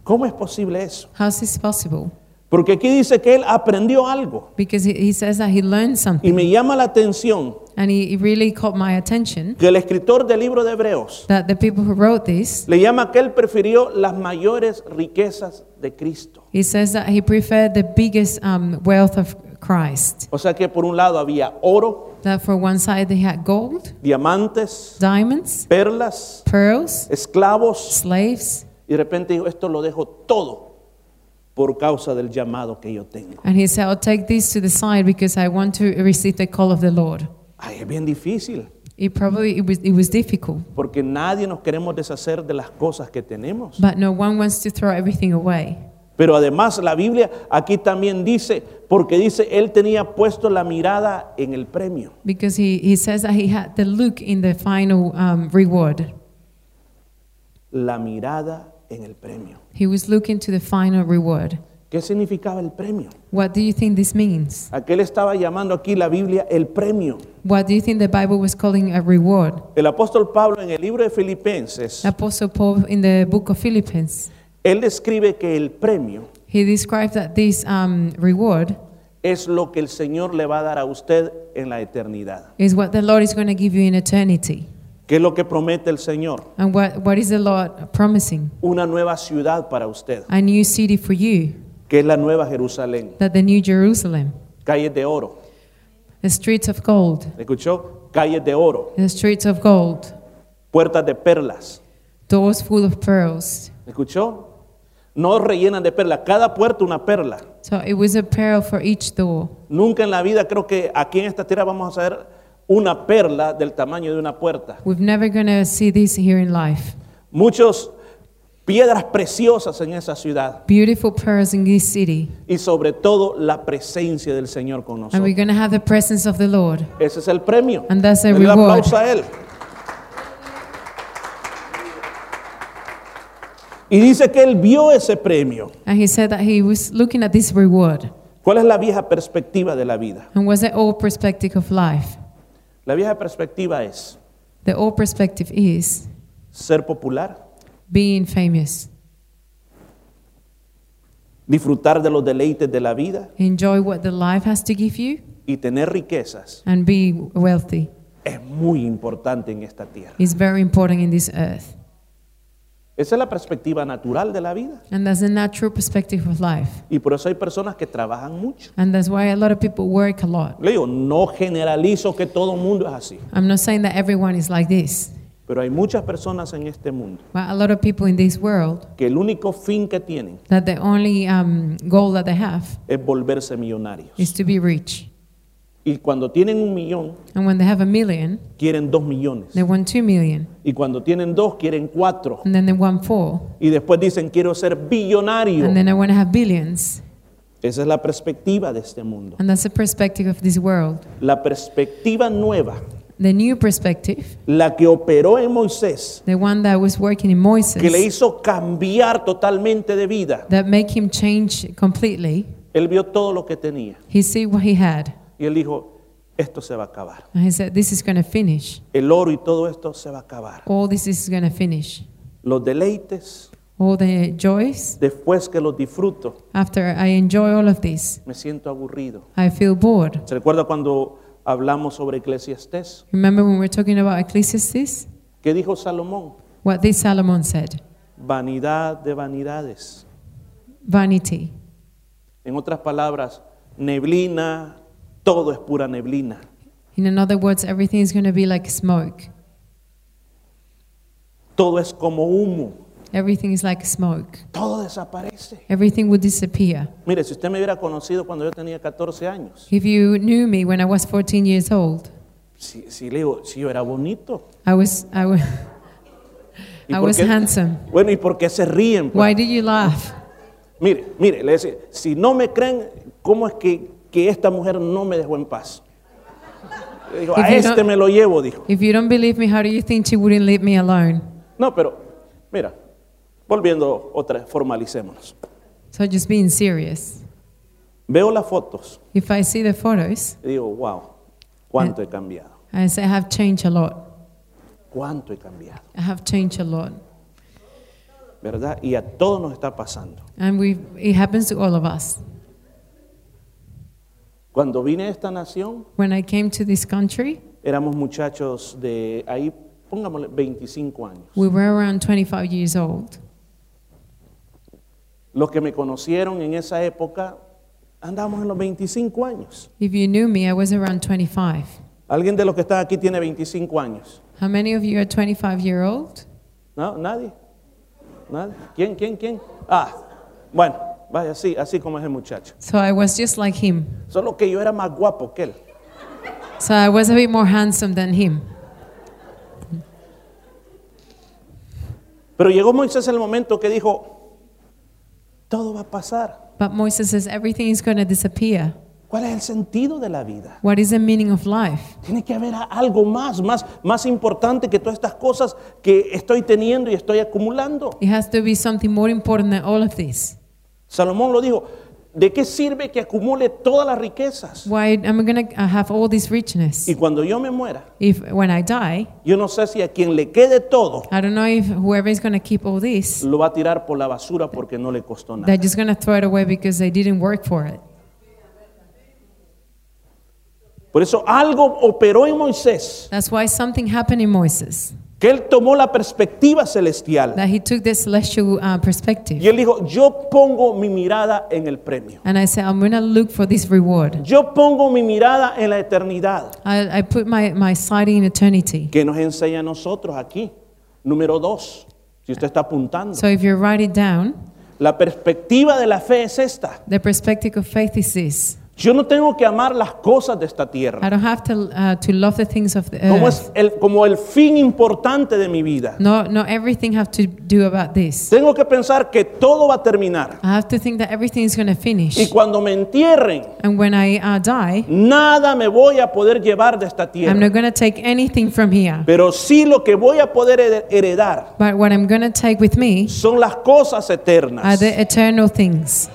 ¿cómo es posible eso?
how's this possible?
Porque aquí dice que él aprendió algo
Because he, he says that he learned
y
something,
me llama la atención
and he, it really caught my attention
que el escritor del libro de Hebreos
that the people who wrote this,
le llama que él prefirió las mayores riquezas de Cristo.
he says that he preferred the biggest um, wealth of Christ.
O sea que por un lado había oro,
That for one side they had gold,
diamantes,
diamonds,
perlas,
pearls,
esclavos,
slaves,
y de repente dijo, esto lo dejo todo por causa del llamado que yo tengo.
and he said, "I'll take this to the side because I want to receive the call of the Lord."
Ay, es bien difícil,
It probably it was it was difficult,
porque nadie nos queremos deshacer de las cosas que tenemos.
but no one wants to throw everything away.
Pero además la Biblia aquí también dice, porque dice, él tenía puesto la mirada en el premio.
Because he, he says that he had the look in the final um, reward.
La mirada en el premio.
He was looking to the final reward.
¿Qué significaba el premio?
What do you think this means?
Aquel estaba llamando aquí la Biblia el premio.
What do you think the Bible was calling a reward?
El apóstol Pablo en el libro de Filipenses,
Apostle Paul in the book of Philippians,
él describe que el premio
he described that this um, reward
es lo que el Señor le va a dar a usted en la eternidad.
is what the Lord is going to give you in eternity.
¿Qué es lo que promete el Señor?
And what, what is the Lord promising?
Una nueva ciudad para usted,
A new city for you,
que es la nueva Jerusalén.
that the new Jerusalem,
Calles de oro.
the streets of gold,
¿Escuchó? Calles de oro,
the streets of gold,
puertas de perlas.
doors full of pearls.
¿Escuchó? No rellenan de perlas, cada puerta una perla.
So it was a pearl for each door.
Nunca en la vida creo que aquí en esta tierra vamos a ver una perla del tamaño de una puerta.
We're never going to see this here in life.
Muchas piedras preciosas en esa ciudad
Beautiful pearls in this city.
y sobre todo la presencia del Señor con
And we're
nosotros.
going to have the presence of the Lord.
Ese es el premio.
And that's a
El
reward.
aplauso a él. Y dice que él vio ese premio.
And he said that he was looking at this reward.
¿Cuál es la vieja perspectiva de la vida?
And was the old perspective of life?
La vieja perspectiva es
The old perspective is
ser popular,
being famous,
disfrutar de los deleites de la vida
enjoy what the life has to give you,
y tener riquezas.
and be wealthy.
Es muy importante en esta tierra.
It's very important in this earth.
Esa es la perspectiva natural de la vida.
And that's a natural perspective of life.
Y por eso hay personas que trabajan mucho.
And that's why a lot of people work a lot.
Le digo, no generalizo que todo el mundo es así,
I'm not saying that everyone is like this,
pero hay muchas personas en este mundo
but a lot of people in this world
que el único fin que tienen
that the only um, goal that they have
es volverse millonarios.
is to be rich.
Y cuando tienen un millón,
And when they have a million,
quieren dos millones.
they want two million,
Y cuando tienen dos, quieren cuatro.
and then they want four,
Y después dicen, quiero ser billonario.
and then they want to have billions.
Esa es la perspectiva de este mundo.
And that's the perspective of this world.
La perspectiva nueva,
The new perspective,
la que operó en Moisés,
the one that was working in
que le
Moises,
hizo cambiar totalmente de vida.
that make him change completely.
Él vio todo lo que tenía.
He see what he had,
Y él dijo, esto se va a acabar.
and he said, "This is going to finish.
El oro y todo esto se va a acabar.
All this is going to finish.
Los deleites,
All the joys.
después que los disfruto,
After I enjoy all of this,
me siento aburrido.
I feel bored.
¿Se recuerda cuando hablamos sobre Eclesiastés.
Remember when we were talking about Ecclesiastes?
¿Qué dijo Salomón?
What this Solomon said
Vanidad de vanidades.
vanity.
En otras palabras, neblina, todo es pura neblina.
In other words, everything is going to be like smoke.
Todo es como humo,
Everything is like smoke.
todo desaparece.
Everything will disappear.
Mire, si usted me hubiera conocido cuando yo tenía 14 años,
If you knew me when I was 14 years old,
si, si le digo, si yo era bonito.
I was, I was,
¿Y
I
por
was
qué-
handsome.
Bueno, ¿y por qué se ríen? pues?
Why did you laugh?
Mire, mire, le decía, si no me creen, ¿cómo es que, que esta mujer no me dejó en paz? Le digo,
If
a
you
este
don't-
me lo llevo, dijo.
If you don't believe me, how do you think she wouldn't leave me alone?
No, pero, mira, volviendo otra, vez, formalicémonos.
So just being serious.
Veo las fotos
If I see the photos,
y digo, wow, cuánto he cambiado,
I say I have changed a lot.
cuánto he cambiado,
I have changed a lot.
¿verdad? Y a todos nos está pasando.
And we it happens to all of us.
Cuando vine a esta nación,
When I came to this country,
éramos muchachos de ahí, pongámosle 25 años.
we were around 25 years old.
Los que me conocieron en esa época, andábamos en los 25 años.
If you knew me, I was around 25.
¿Alguien de los que están aquí tiene 25 años?
How many of you are 25 year old?
¿No? ¿Nadie? ¿Nadie? ¿Quién, quién, quién? Ah, bueno, vaya, así, así como es el muchacho.
So I was just like him.
Solo que yo era más guapo que él.
So I was a bit more handsome than him.
Pero llegó Moisés el momento que dijo, todo va a pasar.
But Moses says everything is going to disappear.
¿Cuál es el sentido de la vida?
What is the meaning of life?
Tiene que haber a- algo más, más, más importante que todas estas cosas que estoy teniendo y estoy acumulando.
It has to be something more important than all of this.
Salomón lo dijo, ¿de qué sirve que acumule todas las riquezas?
Why am I going to have all this richness?
Y cuando yo me muera,
If when I die,
yo no sé si a quien le quede todo
I don't know if whoever is going to keep all this,
lo va a tirar por la basura porque no le costó nada.
they're just going to throw it away because they didn't work for it.
Por eso algo operó en Moisés,
That's why something happened in Moses,
que él tomó la perspectiva celestial
that he took this celestial uh, perspective.
y él dijo, yo pongo mi mirada en el premio,
And I said, I'm going to look for this reward.
yo pongo mi mirada en la eternidad,
I, I put my, my sight in eternity.
que nos enseña a nosotros aquí. Número dos, si usted está apuntando,
So if you write it down,
la perspectiva de la fe es esta.
the perspective of faith is this.
Yo no tengo que amar las cosas de esta tierra.
I don't have to, uh, to love the things of the
como,
earth.
es el, como el fin importante de mi vida.
No, not everything have to do about this.
Tengo que pensar que todo va a terminar.
I have to think that everything is going to finish.
Y cuando me entierren,
And when I uh, die,
nada me voy a poder llevar de esta
I'm
tierra.
not going to take anything from here.
Pero sí lo que voy a poder hered- heredar
But what I'm going to take with me
son las cosas
are
eternas.
the eternal things.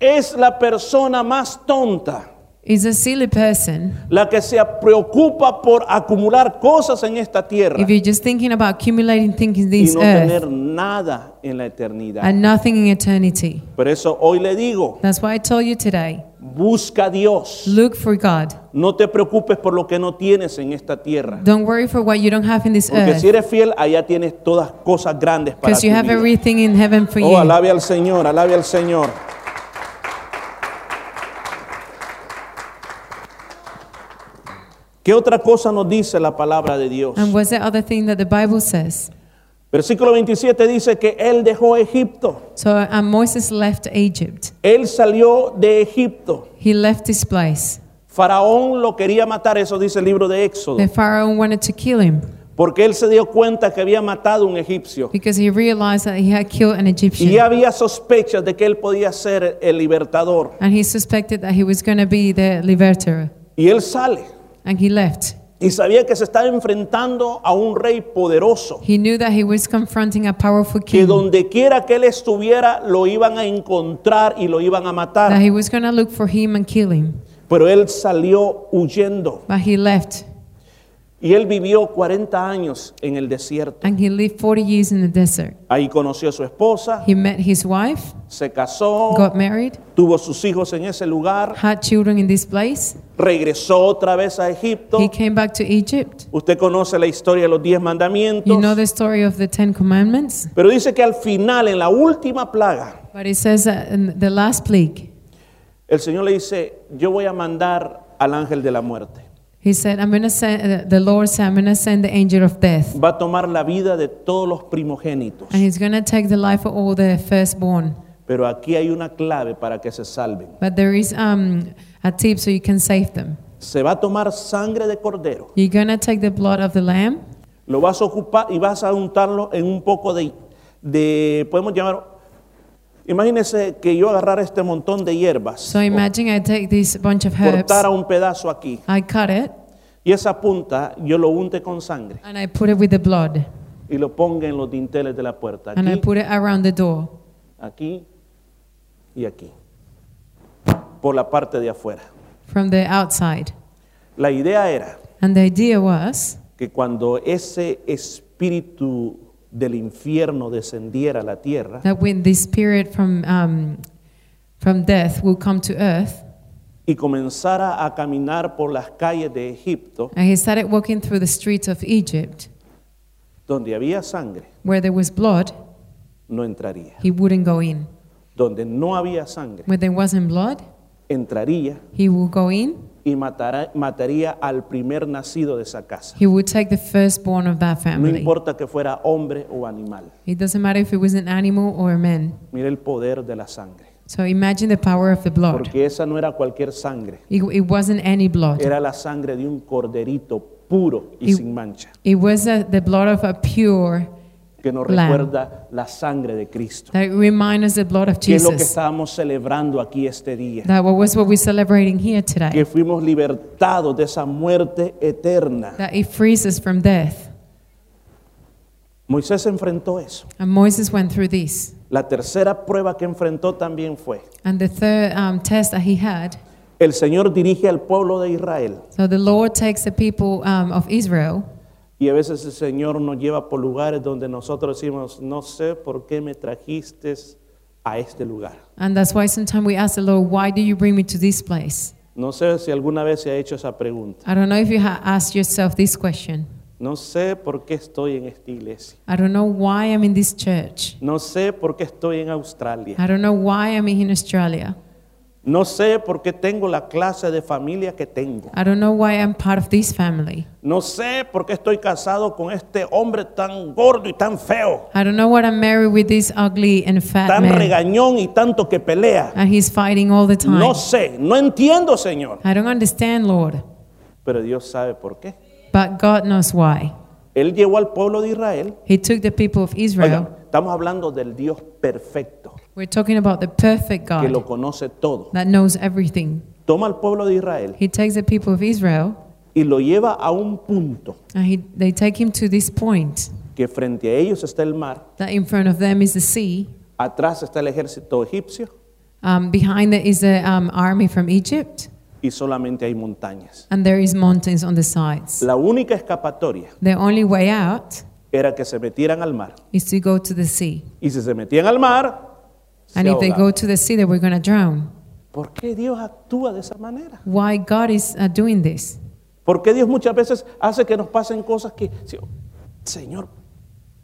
Es la persona más tonta
Is a silly person
la que se preocupa por acumular cosas en esta tierra
if you're just thinking about accumulating things in
y
this
no
earth
tener nada en la eternidad.
and nothing in eternity.
Por eso hoy le digo,
That's why I told you today
busca a Dios.
look for God.
No te preocupes por lo que no tienes en esta tierra.
Don't worry for what you don't have in this
Porque si
earth
eres fiel, allá tienes todas cosas grandes para
because
ti.
you have everything in heaven for
Oh,
you.
alabe al Señor, alabe al Señor. ¿Qué otra cosa nos dice la palabra de Dios?
And what's the other thing that the Bible says?
Versículo 27 dice que él dejó Egipto.
So and Moses left Egypt.
Él salió de Egipto.
He left this place.
Faraón lo quería matar, eso dice el libro de Éxodo,
The Pharaoh wanted to kill him
porque él se dio cuenta que había matado a un egipcio
because he realized that he had killed an
y
Egyptian.
había sospechas de que él podía ser el libertador.
And he suspected that he was going to be the liberator.
Y él sale
And he left.
y sabía que se estaba enfrentando a un rey poderoso,
He knew that he was confronting a powerful
que
king,
donde quiera que él estuviera lo iban a encontrar y lo iban a
that
matar.
he was going to look for him and kill him.
Pero él salió huyendo.
But he left.
Y él vivió 40 años en el desierto.
and he lived 40 years in the desert.
Ahí conoció a su esposa,
He met his wife,
se casó,
got married,
tuvo sus hijos en ese lugar,
had children in this place.
regresó otra vez a Egipto.
He came back to Egypt.
Usted conoce la historia de los diez mandamientos.
You know the story of the Ten Commandments?
Pero dice que al final, en la última plaga,
But it says that in the last plague,
el Señor le dice, yo voy a mandar al ángel de la muerte.
he said, I'm going to send, uh, the Lord said, I'm going to send the angel of death.
Va a tomar la vida de todos los primogénitos.
And he's going to take the life of all the firstborn.
Pero aquí hay una clave para que se salven.
But there is um, a tip so you can save them.
Se va a tomar sangre de cordero.
You're going to take the blood of the lamb
Lo vas a ocupar y vas a untarlo en un poco de, de podemos llamar, imagínese que yo agarrara este montón de hierbas,
So imagine I take this bunch of herbs,
cortara un pedazo aquí
I cut it,
y esa punta yo lo unte con sangre
and I put it with the blood,
y lo ponga en los dinteles de la puerta.
and I
Aquí,
put it around the door,
aquí y aquí, por la parte de afuera.
from the outside.
La idea era
And the idea was
que cuando ese espíritu del infierno descendiera a la tierra,
that when this spirit from um, from death will come to earth,
y comenzara a caminar por las calles de Egipto,
and he started walking through the streets of Egypt,
donde había sangre,
where there was blood,
no entraría.
he wouldn't go in.
Donde no había sangre,
Where there wasn't blood,
entraría
he will go in.
y matará- mataría al primer nacido de esa casa.
He would take the firstborn of that
No
family.
importa que fuera hombre o animal.
It doesn't matter if it was an animal or a man.
Mira el poder de la sangre.
So imagine the power of the blood.
Porque esa no era cualquier sangre,
It, it wasn't any blood.
era la sangre de un corderito puro y
Y-
sin mancha,
It was uh, the blood of a pure
que nos
Lamb.
recuerda la sangre de Cristo.
that reminds us the blood of
Que es lo que
Jesus.
estábamos celebrando aquí este día.
That what was what we're celebrating here today.
que fuimos libertados de esa muerte eterna.
That it frees us from death.
Moisés enfrentó eso.
And Moses went through this.
La tercera prueba que enfrentó también fue,
And the third um, test that he had.
el Señor dirige al pueblo de Israel
So the Lord takes the people um, of Israel,
y a veces el Señor nos lleva por lugares donde nosotros decimos, no sé por qué me trajiste a este lugar.
and that's why sometimes we ask the Lord, "Why do you bring me to this place?"
No sé si alguna vez se ha hecho esa pregunta.
I don't know if you ha- asked yourself this question.
No sé por qué estoy en esta iglesia.
I don't know why I'm in this church.
No sé por qué estoy en Australia.
I don't know why I'm in Australia.
No sé por qué tengo la clase de familia que tengo.
I don't know why I'm part of this family.
No sé por qué estoy casado con este hombre tan gordo y tan feo,
I don't know what I'm married with this ugly and fat
tan
man.
regañón y tanto que pelea.
And he's fighting all the time.
No sé, no entiendo, Señor.
I don't understand, Lord.
Pero Dios sabe por qué.
But God knows why.
Él llevó al pueblo de Israel.
He took the people of Israel.
Oiga, estamos hablando del Dios perfecto,
We're talking about the perfect
que
God
lo conoce todo.
that knows everything.
Toma al pueblo de Israel
He takes the people of Israel
y lo lleva a un punto
and he, they take him to this point
que frente a ellos está el mar,
that in front of them is the sea,
atrás está el ejército egipcio
um, behind there is the um, army from Egypt,
y solamente hay montañas.
and there is mountains on the sides.
La única escapatoria
The only way out
era que se metieran al mar.
is to go to the sea.
Y si se metían al mar, se
And if they
ahogaban.
go to the sea, they were going to drown.
¿por qué Dios actúa de esa manera?
Why God is uh, doing this?
¿Por qué Dios muchas veces hace que nos pasen cosas que, si- Señor,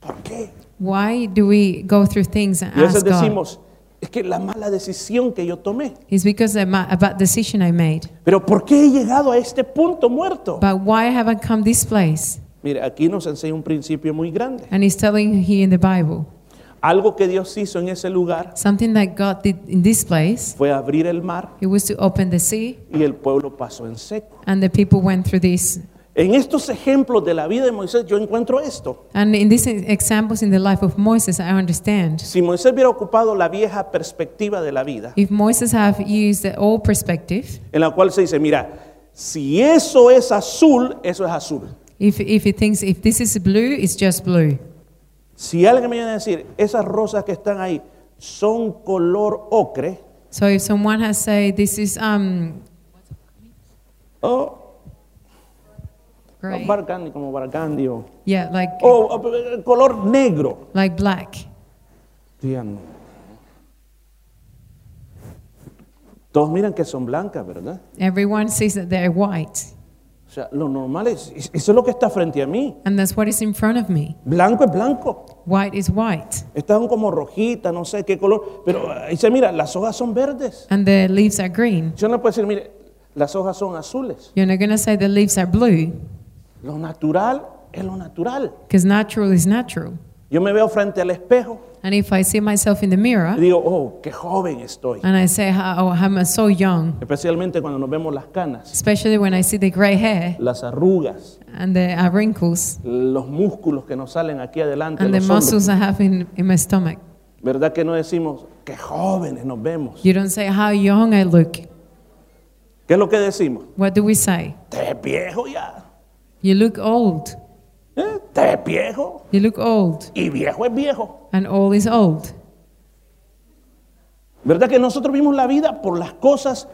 ¿por qué?
Why do we go through things and
Y a veces
ask God?
decimos, es que la mala decisión que yo tomé,
It's because of my, a bad decision I made.
pero ¿por qué he llegado a este punto muerto?
But why have I come this place?
Mire, aquí nos enseña un principio muy grande.
And he's telling here in the Bible
Algo que Dios hizo en ese lugar
something that God did in this place.
fue abrir el mar
It was to open the sea,
y el pueblo pasó en seco.
and the people went through this.
En estos ejemplos de la vida de Moisés yo encuentro esto.
And in these examples in the life of Moses, I understand.
Si Moisés hubiera ocupado la vieja perspectiva de la vida,
If Moses have used the old perspective,
en la cual se dice, mira, si eso es azul, eso es azul.
if, if he thinks if this is blue, it's just blue.
Si alguien me viene a decir, esas rosas que están ahí son color ocre,
So if someone has said this is um,
oh,
gray.
Bargandi, como bargandy o
Yeah, like
o, eh, color negro.
like black.
Digan, Todos miran que son blancas, ¿verdad?
Everyone says that they're white,
O sea, lo normal es, eso es lo que está frente a mí.
and that's what is in front of me.
Blanco es blanco.
White is white,
Están como rojitas, no sé qué color. Pero eh, dice, mira, las hojas son verdes.
and the leaves are green.
Yo no puedo decir, mire, las hojas son azules.
You're not gonna say the leaves are blue,
Lo natural es lo natural.
because natural is natural.
Yo me veo frente al espejo
And if I see myself in the
y
mirror
digo, oh, qué joven estoy.
and I say, "How- "Oh, I'm so young,"
Especialmente cuando nos vemos las canas,
especially when I see the gray hair
las arrugas,
and the uh, wrinkles
los músculos que nos salen aquí adelante.
and the
los hombros.
muscles I have in, in my stomach.
¿Verdad que no decimos qué jóvenes nos vemos?
You don't say how young I look.
¿Qué es lo que decimos?
What do we say?
Te ves viejo ya.
You look old.
¿eh? Te ves viejo.
You look old,
Y viejo es viejo.
and all is old.
¿Verdad que nosotros vimos la vida por las cosas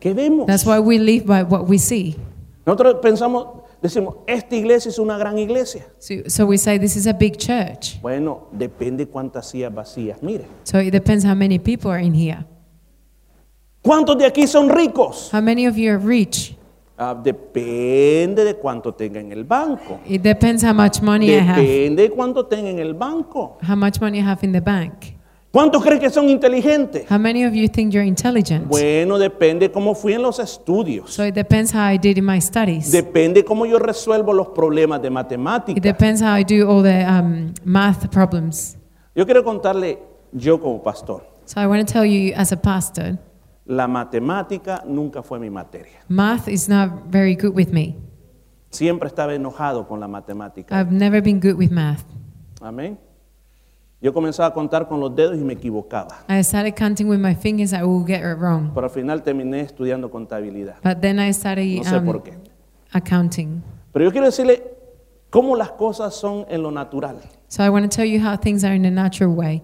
que vemos?
That's why we live by what we see.
Nosotros pensamos, decimos, esta iglesia es una gran iglesia.
So, so we say this is a big church.
Bueno, depende cuántas sillas vacías. Mire,
So it depends how many people are in here.
¿cuántos de aquí son ricos?
How many of you are rich?
Ah, depende de cuánto tenga en el banco.
It depends how much money I have.
Depende de cuánto tenga en el banco.
How much money I have in the bank.
¿Cuántos creen que son inteligentes?
How many of you think you're intelligent?
Bueno, depende cómo fui en los estudios.
So it depends how I did in my studies.
Depende cómo yo resuelvo los problemas de
It
matemática.
depends how I do all the um, math problems.
Yo quiero contarle, yo como pastor,
So I want to tell you, as a pastor,
la matemática nunca fue mi materia.
math is not very good with me.
Siempre estaba enojado con la matemática.
I've never been good with math.
Amén. Yo comenzaba a contar con los dedos y me equivocaba.
I started counting with my fingers, I will get it wrong.
Pero al final terminé estudiando contabilidad.
But then I started um,
No sé por qué.
accounting.
Pero yo quiero decirle cómo las cosas son en lo natural.
So I want to tell you how things are in a natural way.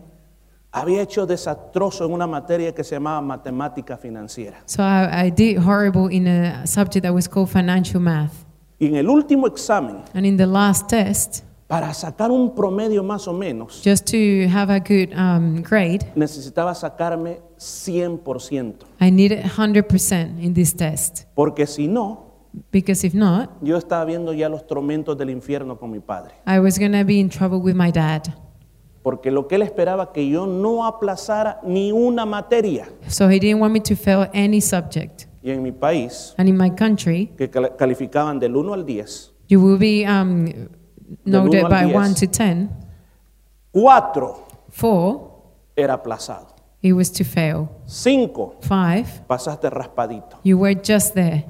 Había hecho desastroso en una materia que se llamaba matemática financiera.
So I, I did horrible in a subject that was called financial math.
Y en el último examen,
And in the last test,
para sacar un promedio más o menos,
just to have a good um, grade,
necesitaba sacarme 100%,
I needed 100% in this test.
porque si no,
Because if not,
yo estaba viendo ya los tormentos del infierno con mi padre,
I was going to be in trouble with my dad.
porque lo que él esperaba que yo no aplazara ni una materia.
So he didn't want me to fail any subject.
Y en mi país,
And in my country,
que cal- calificaban del 1 al 10,
you will be um,
uno
noted
al
by
diez.
1 to 10.
4
4,
era aplazado,
it was to fail.
5
5,
pasaste raspadito.
you were just there.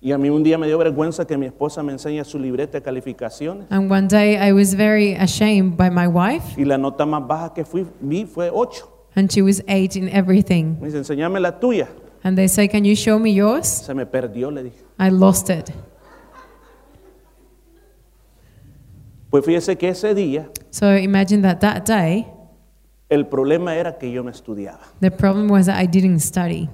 Y a mí un día me dio vergüenza que mi esposa me enseña su libreta de calificaciones
And one day I was very ashamed by my wife,
y la nota más baja que fui, vi fue 8.
and she was 8 in everything.
Me dice, enséñame la tuya.
And they say, Can you show me yours?
Se me perdió, le dije.
I lost it.
Pues fíjese que ese día
So imagine that that day,
el problema era que yo no estudiaba.
the problem was that I didn't study.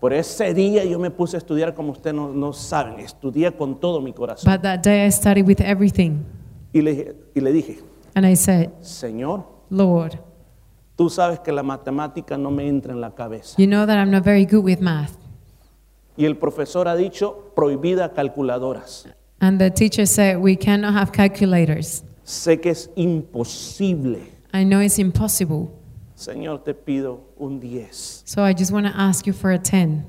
Por ese día yo me puse a estudiar como ustedes no, no saben. Estudié con todo mi corazón.
But that day I studied with everything.
Y le, dije- y le dije,
And I said,
Señor,
Lord,
tú sabes que la matemática no me entra en la cabeza.
you know that I'm not very good with math.
Y el profesor ha dicho, prohibida calculadoras.
And the teacher said, We cannot have calculators.
Sé que es imposible.
I know it's impossible.
Señor, te pido un 10.
So I just want to ask you for a 10.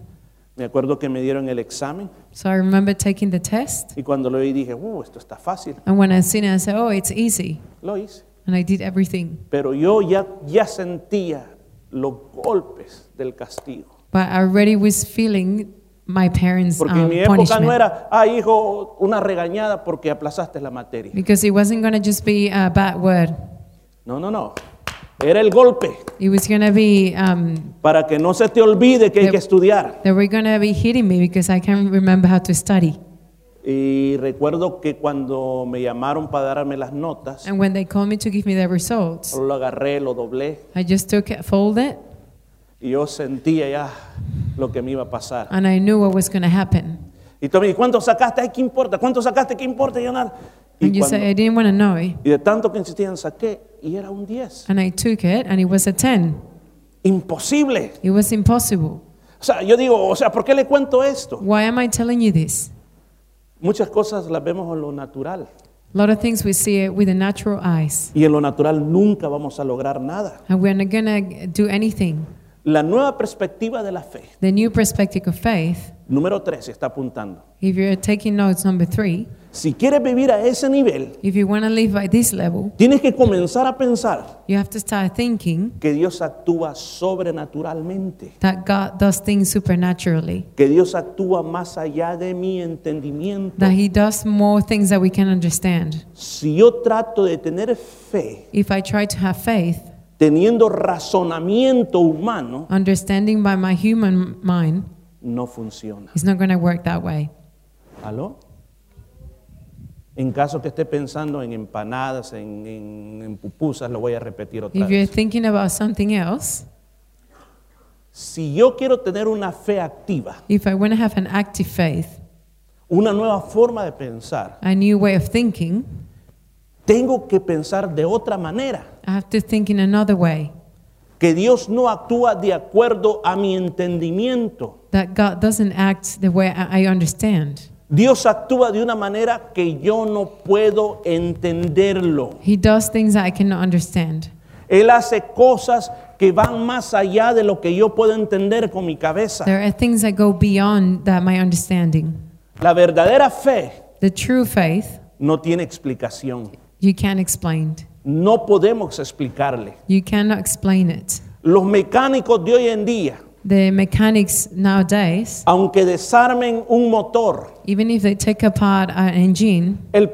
Me acuerdo que me dieron el examen
So I remember taking the test.
y cuando lo vi dije, uh, esto está fácil.
And when I seen it, I said, Oh, it's easy.
Lo hice.
And I did everything.
Pero yo ya, ya sentía los golpes del castigo.
But I already was feeling my parents'
Porque en
um,
mi época
punishment.
no era, ah, hijo, una regañada porque aplazaste la materia.
Because it wasn't going to just be a bad word,
No, no, no. Era el golpe
it was going to be um,
para que no se te olvide que hay que estudiar.
they were going to be hitting me because I can't remember how to study.
Y recuerdo que cuando me llamaron para darme las notas,
And when they called me to give me the results,
lo agarré, lo doblé
I just took it, folded it,
y yo sentía ya lo que me iba a pasar.
and I knew what was going to happen.
Y tú me dices, ¿cuánto sacaste? Ay, ¿qué importa? ¿Cuánto sacaste? ¿Qué importa? Yo nada. Y,
And you
cuando-
say, I didn't want to know.
y de tanto que insistían, saqué y era un 10.
And I took it, and it was a 10.
Imposible.
It was impossible.
O sea, yo digo, o sea, ¿por qué le cuento esto?
Why am I telling you this?
Muchas cosas las vemos en lo natural.
A lot of things we see it with the natural eyes,
Y en lo natural nunca vamos a lograr nada.
and we're not going to do anything.
La nueva perspectiva de la fe,
The new perspective of faith,
número 3, está apuntando.
if you're taking notes, number three,
Si quieres vivir a ese nivel,
if you want to live by this level,
tienes que comenzar a pensar
you have to start thinking
que Dios actúa sobrenaturalmente,
that God does things supernaturally,
que Dios actúa más allá de mi entendimiento.
that He does more things that we can understand.
Si yo trato de tener fe
If I try to have faith,
teniendo razonamiento humano,
understanding by my human mind,
no funciona.
it's not going to work that way.
¿Aló? En caso que esté pensando en empanadas, en, en- en pupusas, lo voy a repetir otra
If you're
vez.
thinking about something else,
Si yo quiero tener una fe activa,
if I want to have an active faith,
una nueva forma de pensar,
a new way of thinking,
tengo que pensar de otra manera.
I have to think in another way.
Que Dios no actúa de acuerdo a mi entendimiento.
That God doesn't act the way I I understand.
Dios actúa de una manera que yo no puedo entenderlo.
He does things that I cannot understand.
Él hace cosas que van más allá de lo que yo puedo entender con mi cabeza.
There are things that go beyond that my understanding.
La verdadera fe
The true faith
no tiene explicación.
you can't explain.
No podemos explicarle.
You cannot explain it.
Los mecánicos de hoy en día,
The mechanics nowadays,
aunque desarmen un motor,
even if they take apart an engine,
el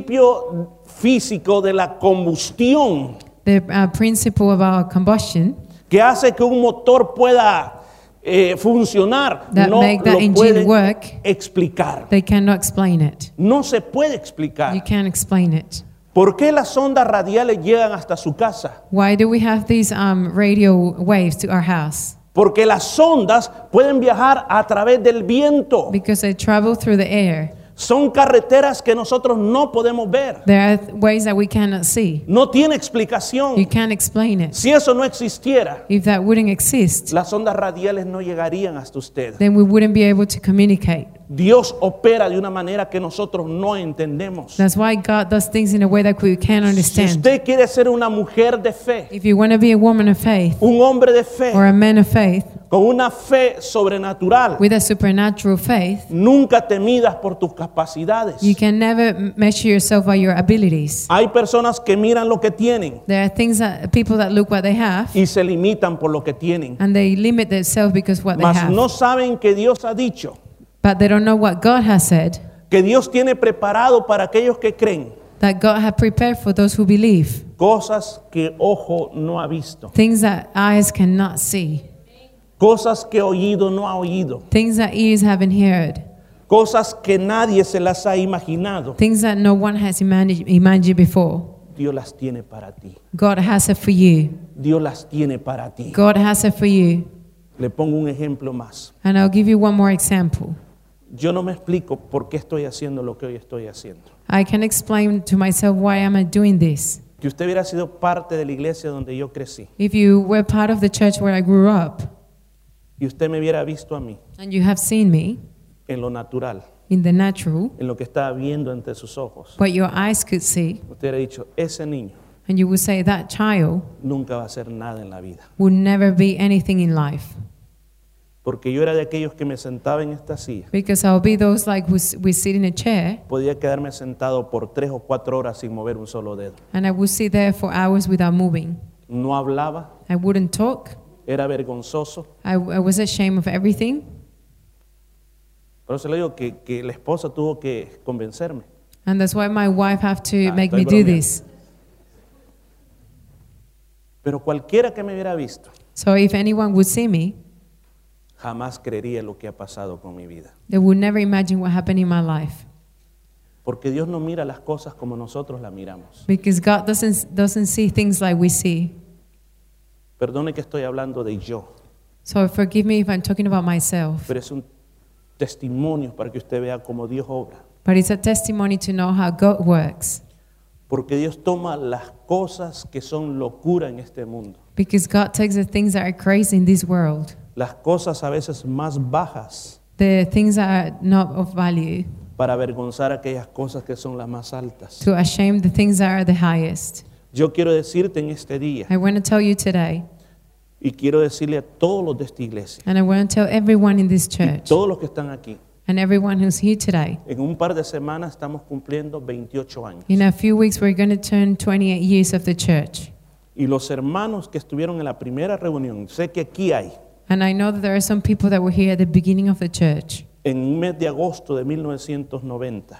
principio físico de la combustión
the uh, principle about combustion
que hace que un motor pueda eh, funcionar,
That
no
make that
lo
engine
pueden
work.
explicar.
They cannot explain it.
No se puede
You
explicar.
can't explain it.
¿Por qué las ondas radiales llegan hasta su casa?
Why do we have these um, radio waves to our house?
Porque las ondas pueden viajar a través del viento.
Because they travel through the air.
Son carreteras que nosotros no podemos ver.
There are th- ways that we cannot see.
No tiene
You
explicación.
can't explain it.
Si eso no existiera,
If that wouldn't exist,
las ondas radiales no llegarían hasta usted.
then we wouldn't be able to communicate.
Dios opera de una manera que nosotros no entendemos.
That's why God does things in a way that we can't
Si
understand.
usted quiere ser una mujer de fe,
If you want to be a woman of faith
un hombre de fe,
or a man of faith
con una fe sobrenatural,
with a supernatural faith,
nunca te midas por tus capacidades.
you can never m- measure yourself by your abilities.
Hay personas que miran lo que tienen
There are things that people that look what they have
y se limitan por lo que tienen.
and they limit themselves because what they
Mas
have.
no saben que Dios ha dicho,
But they don't know what God has said,
que Dios tiene preparado para aquellos que creen
that God has prepared for those who believe,
cosas que ojo no ha visto,
things that eyes cannot see,
cosas que oído no ha oído,
things that ears haven't heard,
cosas que nadie se las ha imaginado.
things that no one has imani- imagined before.
Dios las tiene para ti.
God has it for you.
Dios las tiene para ti.
God has it for you.
Le pongo un ejemplo más.
And I'll give you one more example.
Yo no me explico por qué estoy haciendo lo que hoy estoy haciendo.
I can explain to myself why am I doing this.
Que usted hubiera sido parte de la iglesia donde yo crecí
If you were part of the church where I grew up
y usted me hubiera visto a mí
and you have seen me
en lo natural,
in the natural,
en lo que estaba viendo ante sus ojos,
what your eyes could see,
usted hubiera dicho, ese niño
and you would say that child
nunca va a hacer nada en la vida.
would never be anything in life.
Porque yo era de aquellos que me sentaba en esta silla.
Because I'll be those like who s- we sit in a chair
Podía quedarme sentado por tres o cuatro horas sin mover un solo dedo.
and I would sit there for hours without moving.
No hablaba,
I wouldn't talk.
era vergonzoso.
I, I was ashamed of everything.
Por eso le digo que, que la esposa tuvo que convencerme.
And that's why my wife have to
Ah,
make
estoy
me do
bromeando.
this.
Pero cualquiera que me hubiera visto
So if anyone would see me,
jamás creería lo que ha pasado con mi vida.
they would never imagine what happened in my life.
Porque Dios no mira las cosas como nosotros las miramos.
Because God doesn't, doesn't see things like we see.
Perdone que estoy hablando de yo,
So forgive me if I'm talking about myself.
pero es un testimonios para que usted vea cómo Dios obra.
But it's a testimony to know how God works.
Porque Dios toma las cosas que son locura en este mundo,
Because God takes the things that are crazy in this world,
las cosas a veces más bajas,
the things that are not of value,
para avergonzar aquellas cosas que son las más altas.
to ashame the things that are the highest.
Yo quiero decirte en este día,
I want to tell you today,
y quiero decirle a todos los de esta iglesia,
and I want to tell everyone in this church,
todos los que están aquí,
and everyone who's here today.
en un par de semanas estamos cumpliendo 28 años.
In a few weeks, we're going to turn 28 years of the church.
Y los hermanos que estuvieron en la primera reunión, sé que aquí hay,
And I know that there are some people that were here at the beginning of the church
en un mes de agosto de 1990,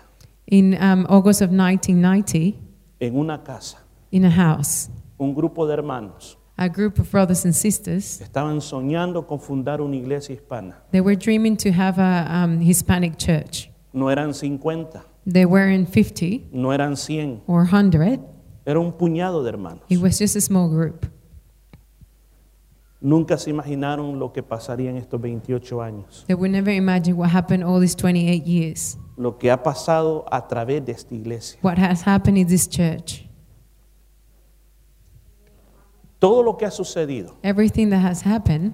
in um, August of 1990
en una casa,
in a house.
un grupo de hermanos
A group of brothers and sisters,
estaban soñando con fundar una iglesia hispana.
they were dreaming to have a um, Hispanic church.
No eran 50,
They weren't 50
no eran 100,
or 100,
era un puñado de hermanos.
it was just a small group.
Nunca se imaginaron lo que pasaría en estos 28 años,
They would never imagine what happened all these 28 years,
lo que ha pasado a través de esta iglesia.
what has happened in this church,
Todo lo que ha sucedido
everything that has happened.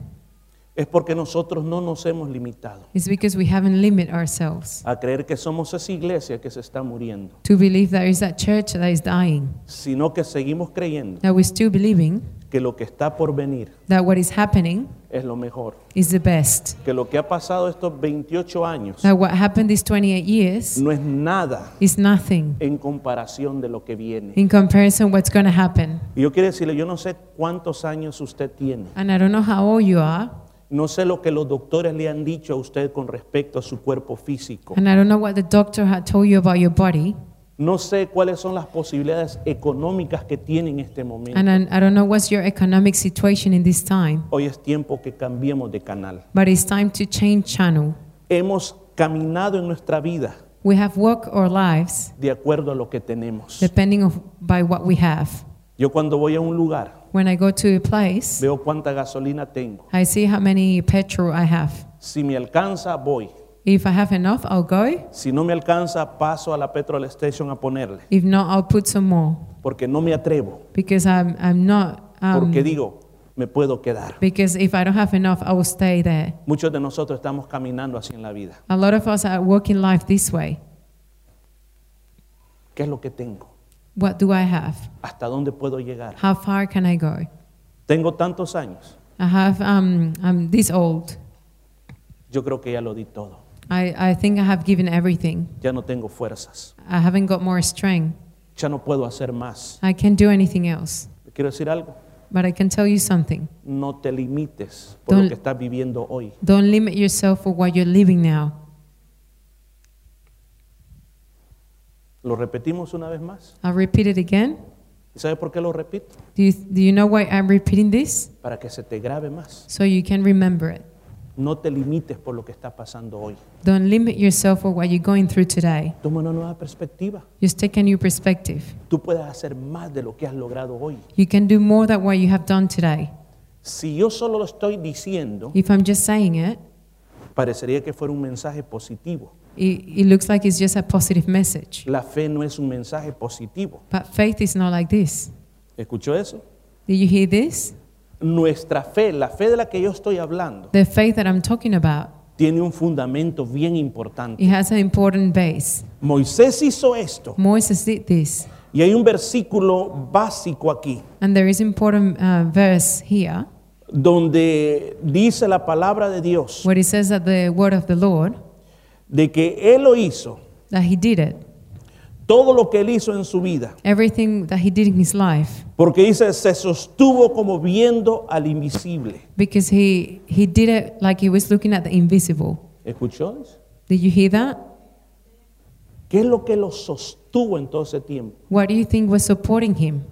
es porque nosotros no nos hemos limitado
is because we haven't limited ourselves
a creer que somos esa iglesia que se está muriendo,
to believe there is that church that is dying,
sino que seguimos creyendo
that we're still believing
que lo que está por venir
that what is happening
es lo mejor,
is the best,
que lo que ha pasado estos 28 años
that what happened these 28 years
no es nada
is nothing
en comparación de lo que viene.
in comparison what's going to happen.
Y yo quiero decirle, yo no sé cuántos años usted tiene,
And I don't know how old you are,
no sé lo que los doctores le han dicho a usted con respecto a su cuerpo físico,
and I don't know what the doctor had told you about your body,
no sé cuáles son las posibilidades económicas que tiene en este momento.
and I, I don't know what's your economic situation in this time,
Hoy es tiempo que cambiemos de canal.
but it's time to change channel.
Hemos caminado en nuestra vida
We have worked our lives
de acuerdo a lo que tenemos.
depending of, by what we have.
Yo cuando voy a un lugar
When I go to a place,
veo cuánta gasolina tengo.
I see how many petrol I have.
Si me alcanza, voy.
If I have enough, I'll go.
Si no me alcanza, paso a la petrol station a ponerle.
If not, I'll put some more
Porque no me atrevo.
because I'm, I'm not. Um,
Porque digo, me puedo quedar.
because if I don't have enough, I will stay there.
Muchos de nosotros estamos caminando así en la vida.
A lot of us are working life this way.
¿Qué es lo que tengo?
What do I have?
¿Hasta dónde puedo llegar?
How far can I go?
Tengo tantos años.
I have. Um, I'm this old.
Yo creo que ya lo di todo.
I, I think I have given everything.
Ya no tengo fuerzas.
I haven't got more strength.
Ya no puedo hacer más.
I can't do anything else.
Quiero decir algo.
But I can tell you something.
No te limites por lo
Don't-
que estás viviendo hoy.
Don't limit yourself for what you're living now.
Lo repetimos una vez más.
I'll repeat it again.
¿Y sabes por qué lo repito?
Do you, do you know why I'm repeating this?
Para que se te grabe más.
So you can remember it.
No te limites por lo que está pasando hoy.
Don't limit yourself for what you're going through today.
Toma una nueva perspectiva.
Just take a new perspective.
Tú puedes hacer más de lo que has logrado hoy.
You can do more than what you have done today.
Si yo solo lo estoy diciendo,
If I'm just saying it,
parecería que fuera un mensaje positivo.
it, it looks like it's just a positive message.
La fe no es un mensaje positivo.
But faith is not like this.
¿Escuchó eso?
Did you hear this?
Nuestra fe, la fe de la que yo estoy hablando,
The faith that I'm talking about,
tiene un fundamento bien importante.
it has an important base.
Moisés hizo esto.
Moses did this.
Y hay un versículo básico aquí,
And there is important uh, verse here
donde dice la palabra de Dios,
where it says that the word of the Lord,
de que Él lo hizo,
that he did it.
todo lo que Él hizo en su vida.
Everything that he did in his life.
Porque dice, se sostuvo como viendo al invisible.
Because he, he did it like he was looking at the invisible.
¿Escuchó?
Did you hear that?
¿Qué es lo que lo sostuvo en todo ese tiempo?
What do you think was supporting him?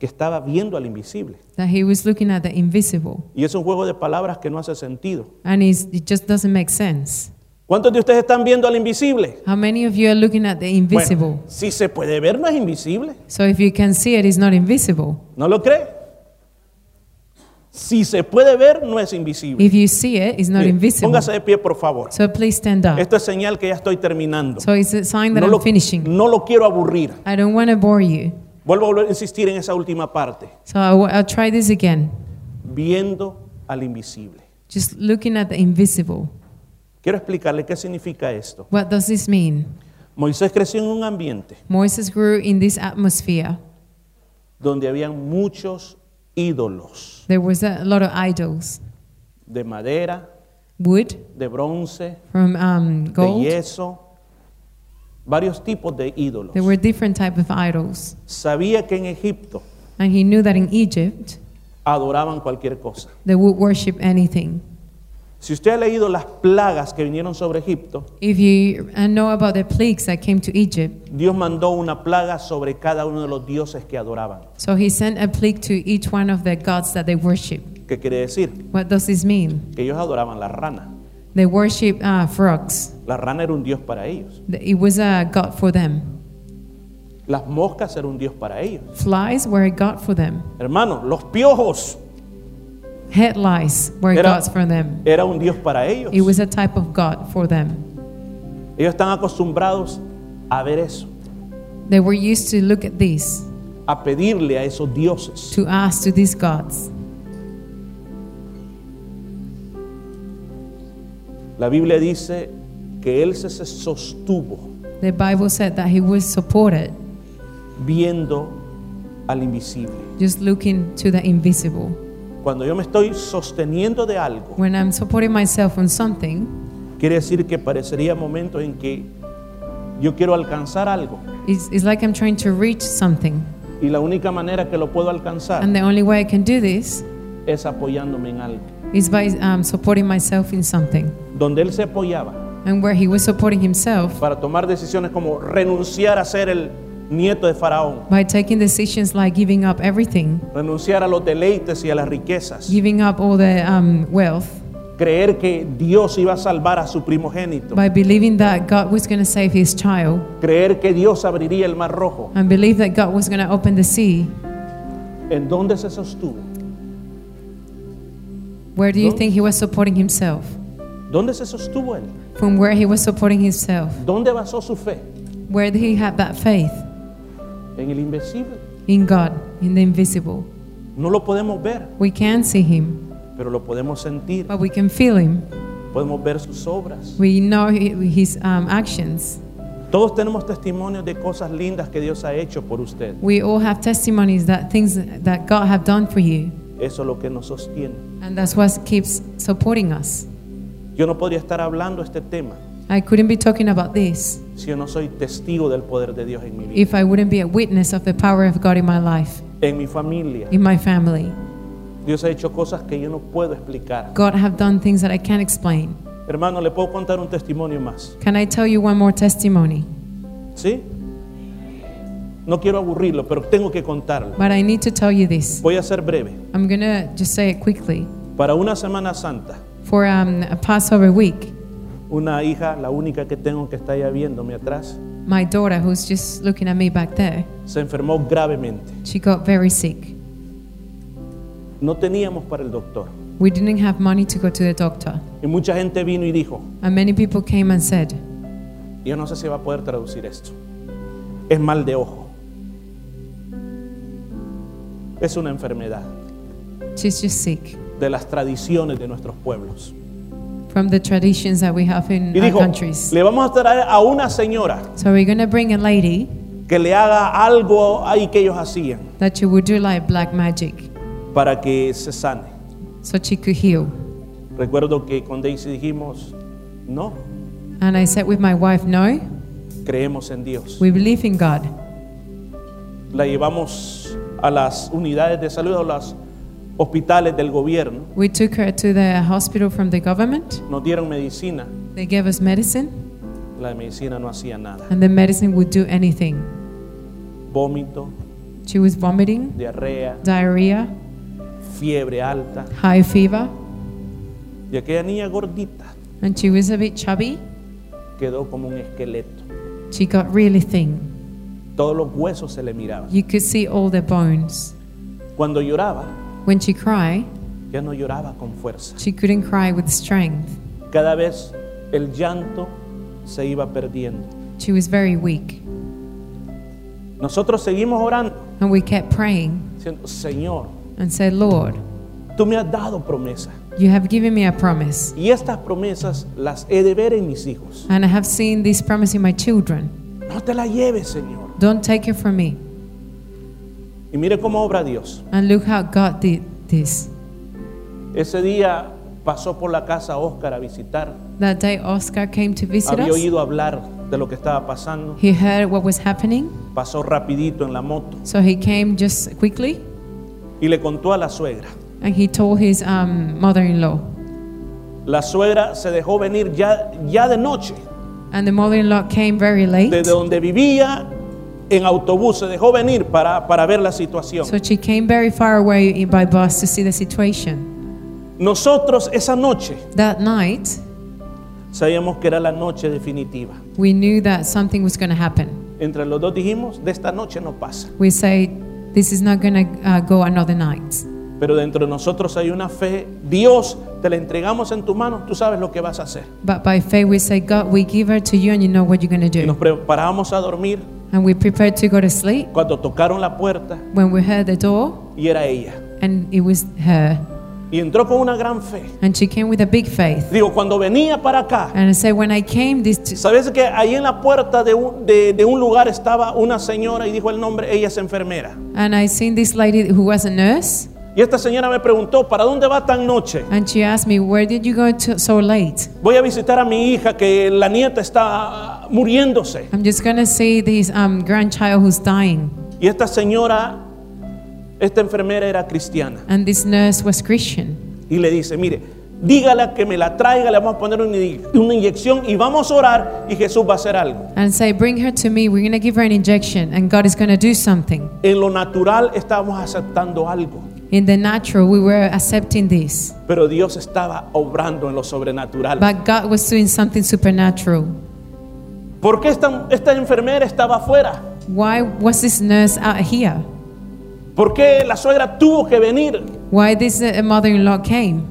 Que estaba viendo al invisible.
That he was looking at the invisible.
Y es un juego de palabras que no hace sentido.
And it's, it just doesn't make sense.
¿Cuántos de ustedes están viendo al invisible?
How many of you are looking at the
Bueno,
invisible?
si se puede ver, no es invisible.
So if you can see it, it's not invisible.
¿No lo cree? Si se puede ver, no es invisible.
If you see it, it's not
Mire,
invisible.
Póngase de pie, por favor.
So please stand up.
Esto es señal que ya estoy terminando.
So it's a sign that
No
I'm
lo,
finishing.
no lo quiero aburrir.
I don't want to bore you.
Vuelvo a volver a insistir en esa última parte.
So I w- I'll try this again.
Viendo al invisible.
Just looking at the invisible.
Quiero explicarle qué significa esto.
What does this mean?
Moisés creció en un ambiente
Moses grew in this atmosphere.
donde habían muchos ídolos
There was a lot of idols
de madera,
wood
de bronce,
from um,
de
gold.
yeso, varios tipos de ídolos.
There were different type of idols.
Sabía que en Egipto
And he knew that in Egypt,
adoraban cualquier cosa.
they would worship anything.
Si usted ha leído las plagas que vinieron sobre Egipto,
If you uh, know about the plagues that came to Egypt,
Dios mandó una plaga sobre cada uno de los dioses que adoraban.
so he sent a plague to each one of the gods that they worship.
¿Qué quiere decir?
What does this mean?
Que ellos adoraban la rana.
They worship uh, frogs.
La rana era un dios para ellos.
It was a god for them.
Las moscas eran un dios para ellos.
Flies were a god for them.
Hermanos, los piojos
Head lice were
Era-
gods for them.
era un dios para ellos.
It was a type of god for them.
Ellos están acostumbrados a ver eso,
They were used to look at this,
a pedirle a esos dioses.
to ask to these gods.
La Biblia dice que él se se sostuvo
The Bible said that he was supported
viendo al invisible.
just looking to the invisible.
Cuando yo me estoy sosteniendo de algo,
When I'm supporting myself on something,
quiere decir que parecería momentos en que yo quiero alcanzar algo
it's, it's like I'm trying to reach something.
y la única manera que lo puedo alcanzar
And the only way I can do this
es apoyándome en algo.
is by um, supporting myself in something.
Donde él se apoyaba
And where he was supporting himself,
para tomar decisiones como renunciar a ser el nieto de Faraón,
by taking decisions like giving up everything,
renunciar a los deleites y a las riquezas.
giving up all the um, wealth,
creer que Dios iba a salvar a su primogénito,
by believing that God was going to save his child,
creer que Dios abriría el mar rojo.
and believe that God was going to open the sea.
¿En dónde se sostuvo?
Where do you
No.
think he was supporting himself?
¿Dónde se sostuvo él?
From where he was supporting himself?
¿Dónde basó su fe?
Where did he have that faith?
En el invisible.
In God, in the invisible.
No lo podemos ver,
We can see him,
pero lo podemos sentir.
but we can feel him.
Podemos ver sus obras.
We know hi- his um, actions.
Todos tenemos testimonios de cosas lindas que Dios ha hecho por usted.
We all have testimonies that things that God have done for you.
Eso es lo que nos sostiene.
And that's what keeps supporting us.
Yo no podría estar hablando este tema
I couldn't be talking about this
si yo no soy testigo del poder de Dios en mi vida,
if I wouldn't be a witness of the power of God in my life,
en mi familia.
in my family.
Dios ha hecho cosas que yo no puedo explicar.
God have done things that I can't explain.
Hermano, le puedo contar un testimonio más.
Can I tell you one more testimony?
¿Sí? No quiero aburrirlo, pero tengo que contarlo.
But I need to tell you this.
Voy a ser breve.
I'm going to just say it quickly.
Para una Semana Santa,
For um, a Passover week,
una hija, la única que tengo que está allá viéndome atrás,
my daughter, who's just looking at me back there,
se enfermó gravemente.
she got very sick.
No teníamos para el doctor.
We didn't have money to go to the doctor.
Y mucha gente vino y dijo,
And many people came and said,
yo no sé si va a poder traducir esto. Es mal de ojo. Es una enfermedad
she's just sick
de las tradiciones de nuestros pueblos.
from the traditions that we have in
Y
our
dijo,
countries.
le vamos a traer a una señora
So we're going to bring a lady
que le haga algo ahí que ellos hacían
that she would do like black magic
para que se sane.
so she could heal.
Recuerdo que con Daisy dijimos, no,
And I said with my wife, no,
creemos en Dios.
we believe in God.
La llevamos a las unidades de salud, a los hospitales del gobierno.
We took her to the hospital from the government.
Nos dieron medicina.
They gave us medicine,
La medicina no hacía nada.
and the medicine would do anything.
Vómito,
She was vomiting,
diarrea,
diarrhea,
fiebre alta.
high fever,
Y aquella niña gordita
and she was a bit chubby.
quedó como un esqueleto.
She got really thin.
Todos los huesos se le miraban.
You could see all the bones.
Cuando lloraba,
When she cried,
Ya no lloraba con fuerza.
She couldn't cry with strength.
Cada vez el llanto se iba perdiendo.
She was very weak.
Nosotros seguimos orando,
And we kept praying
diciendo, Señor,
and said, Lord,
tú me has dado promesa
you have given me a promise.
y estas promesas las he de ver en mis hijos.
And I have seen this promise in my children.
No te la lleves, Señor.
Don't take it from me.
Y mire cómo obra Dios.
And look how God did this.
Ese día pasó por la casa Oscar a visitar.
That day, Oscar came to visit
Había
us.
oído hablar de lo que estaba pasando.
He heard what was happening,
Pasó rapidito en la moto
so he came just quickly
y le contó a la suegra.
and he told his um, mother in law.
La suegra se dejó venir ya, ya de noche,
And the mother in law came very late,
desde donde vivía en autobús, se dejó venir para, para ver la situación.
so she came very far away in- by bus to see the situation.
Nosotros esa noche
That night,
sabíamos que era la noche definitiva.
we knew that something was going to happen.
Entre los dos dijimos, de esta noche no pasa.
We say, This is not going to uh, go another night.
Pero dentro de nosotros hay una fe. Dios, te la entregamos en tus manos, tú sabes lo que vas a hacer.
But by faith, we say, God, we give her to you and you know what you're going to
Y nos
do.
preparábamos a dormir
And we prepared to go to sleep
cuando tocaron la puerta
when we heard the door,
y era ella.
and it was her.
Y entró con una gran fe.
And she came with a big faith.
Digo, cuando venía para acá,
And I said, when I came, this t-
sabes que ahí en la puerta de un, de- de un lugar estaba una señora y dijo el nombre, ella es enfermera.
and I seen this lady who was a nurse,
Y esta señora me preguntó, ¿para dónde va tan noche?
and she asked me, where did you go to so late?
Voy a visitar a mi hija que la nieta está muriéndose.
I'm just gonna see this um, grandchild who's dying.
Y esta señora, esta enfermera era cristiana.
And this nurse was Christian,
Y le dice, mire, dígala que me la traiga, le vamos a poner una, una inyección y vamos a orar y Jesús va a hacer algo.
and say, bring her to me. We're gonna give her an injection, and God is gonna do something.
En lo natural estábamos aceptando algo,
In the natural, we were accepting this,
pero Dios estaba obrando en lo sobrenatural.
but God was doing something supernatural.
¿Por qué esta, esta enfermera estaba afuera?
Why was this nurse out here?
¿Por qué la suegra tuvo que venir
Why this uh, mother-in-law came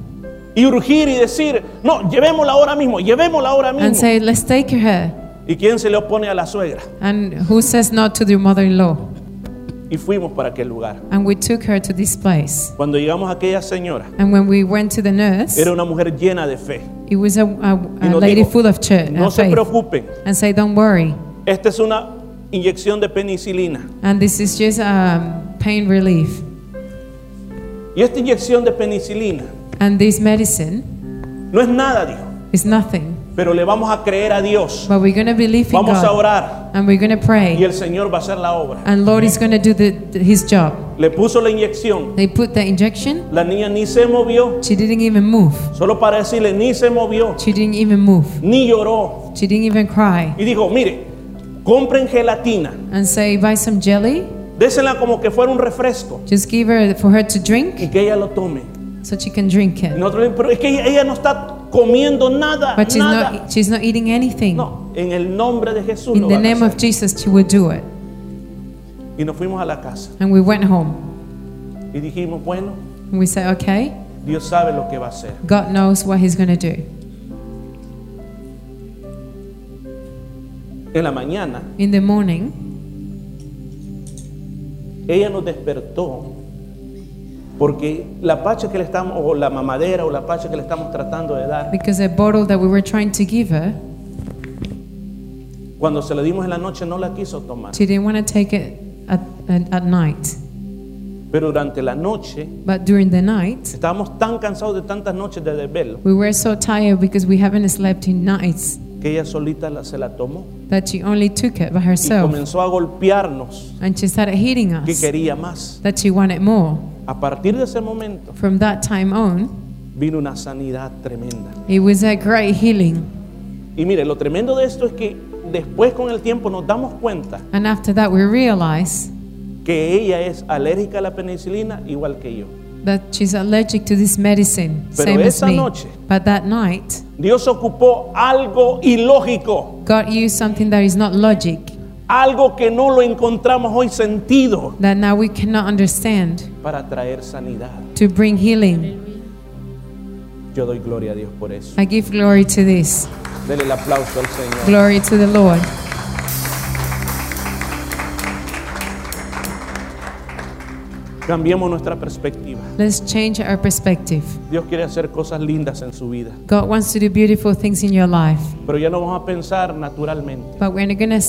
y urgir y decir, no, llevémosla ahora mismo, llevémosla ahora
and
mismo?
say, let's take her?
¿Y quién se le opone a la suegra?
And who says no to their mother in law?
Y fuimos para aquel lugar.
And we took her to this place.
Cuando llegamos a aquella señora,
And when we went to the nurse,
era una mujer llena de fe.
it was a, a-
Y
a
nos
lady
dijo,
full of church
No
and
se
faith.
preocupen,
And say, don't worry.
esta es una inyección de penicilina.
And this is just um, pain relief.
Y esta inyección de penicilina
And this medicine
no es nada, dijo,
is nothing.
pero le vamos a creer a Dios.
But we're going to believe in
Vamos a
God.
orar
And we're going to
y
pray.
el Señor va a hacer la obra.
And Lord is going to do the, the- his job.
Le puso la inyección.
They put the injection.
La niña ni se movió,
She didn't even move.
solo para decirle, ni se movió,
She didn't even move.
ni lloró.
She didn't even cry.
Y dijo, mire, compren gelatina,
And say, buy some jelly.
désela como que fuera un refresco
Just give her for her to drink
y que ella lo tome.
so she can drink it.
Y nosotros le dijimos, pero es que ella, ella no está comiendo nada,
But she's
nada.
not e, she's not eating anything.
No, en el nombre de Jesús.
In
lo
the
van a
name
hacer.
of Jesus she will do it.
Y nos fuimos a la casa
And we went home.
y dijimos, bueno,
And we said, Okay,
Dios sabe lo que va a hacer.
God knows what he's gonna do.
En la mañana,
In the morning,
ella nos despertó porque la pacha que le estamos, o la mamadera, o la pacha que le estamos tratando de dar,
because a bottle that we were trying to give her,
cuando se la dimos en la noche no la quiso tomar.
she didn't want to take it at, at, at night.
Pero durante la noche,
But during the night,
estábamos tan cansados de tantas noches de desvelo,
we were so tired because we haven't slept in nights
que ella solita la- se la tomó
that she only took it by
y
herself.
comenzó a golpearnos
And she started hitting
que
us
quería más.
that she wanted more.
A partir de ese momento
From that time on,
vino una sanidad tremenda.
it was a great healing.
Y mire, lo tremendo de esto es que después con el tiempo nos damos cuenta
And after that, we realize
que ella es alérgica a la penicilina igual que yo.
that she's allergic to this medicine,
Pero
same as
esa
me.
noche-
but that night,
Dios ocupó algo ilógico,
God used something that is not logic,
algo que no lo encontramos hoy sentido
that now we cannot understand,
para traer sanidad.
to bring healing.
Yo doy gloria a Dios por eso.
I give glory to this.
Dele el aplauso al Señor.
Glory to the Lord.
Cambiemos nuestra perspectiva.
Let's change our perspective.
Dios quiere hacer cosas lindas en su vida,
God wants to do beautiful things in your life,
pero ya no vamos a pensar naturalmente.
but we're not going to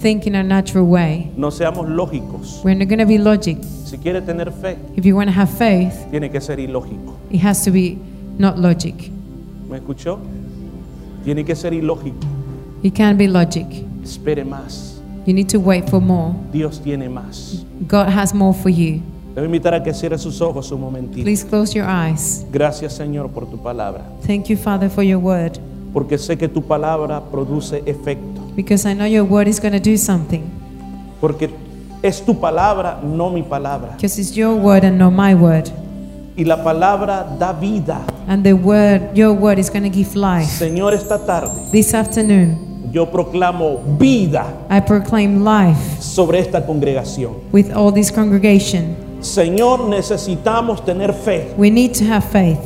think in a natural way.
No seamos lógicos.
We're not going to be logic.
Si quiere tener fe,
If you want to have faith,
tiene que ser ilógico.
it has to be not logic.
¿Me escuchó? Tiene que ser ilógico.
It can't be logic.
Espere más.
You need to wait for more.
Dios tiene más.
God has more for you.
Le voy a invitar a que cierre sus ojos un momentito.
Please close your eyes.
Gracias Señor por tu palabra,
Thank you, Father, for your word,
porque sé que tu palabra produce efecto,
because I know your word is going to do something.
porque es tu palabra, no mi palabra.
Because it's your word and not my word.
Y la palabra da vida.
And the word, your word, is going to give life.
Señor, esta tarde
This afternoon,
yo proclamo vida
I proclaim life
sobre esta congregación.
with all this congregation.
Señor, necesitamos tener fe,
We need to have faith,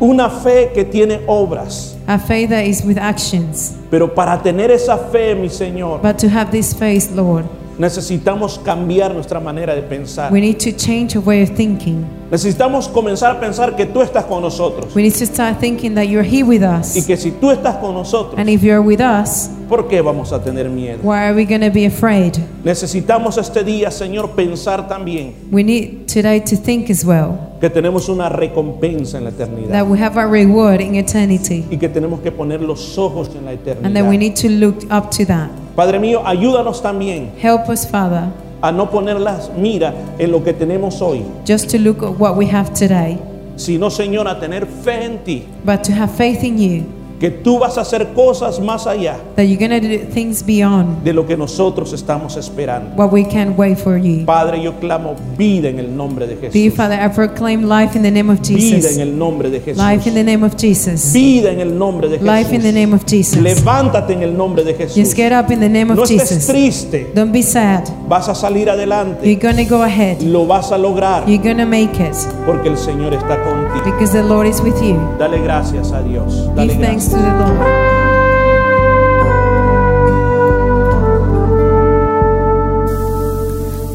una fe que tiene obras,
a faith that is with actions.
pero para tener esa fe, mi Señor,
But to have this faith, Lord,
necesitamos cambiar nuestra manera de pensar.
we need to change our way of thinking.
Necesitamos comenzar a pensar que tú estás con nosotros
We need to start thinking that you're here with
y
us.
que si tú estás con nosotros,
And if you're with us,
¿por qué vamos a tener miedo?
why are we going to be afraid?
Necesitamos este día, Señor, pensar también
We need today to think as well
que tenemos una recompensa en la eternidad
that we have our reward in eternity
y que tenemos que poner los ojos en la
and that we
eternidad.
need to look up to that.
Padre mío, ayúdanos también
Help us, Father,
a no poner las miras en lo que tenemos hoy,
just to look at what we have today,
sino, Señor, a tener fe en ti,
but to have faith in you
que tú vas a hacer cosas más allá
that you're going to do things beyond
de lo que nosotros estamos esperando.
what we can wait for you.
Padre, yo clamo vida en el nombre de Jesús.
Dear Father, I proclaim life in the name of
Vida en
Jesus.
el nombre de Jesús.
Life in the name of Jesus.
Vida en el nombre de Jesús.
Life in the name of Jesus.
Levántate en el nombre de Jesús.
Just get up in the name
no
of
estés
Jesus.
triste.
Don't be sad.
Vas a salir adelante.
You're going to go ahead.
Lo vas a lograr
You're going to make it
porque el Señor está contigo.
because the Lord is with you.
Dale gracias a Dios. Dale
Give thanks
gracias.
to the Lord.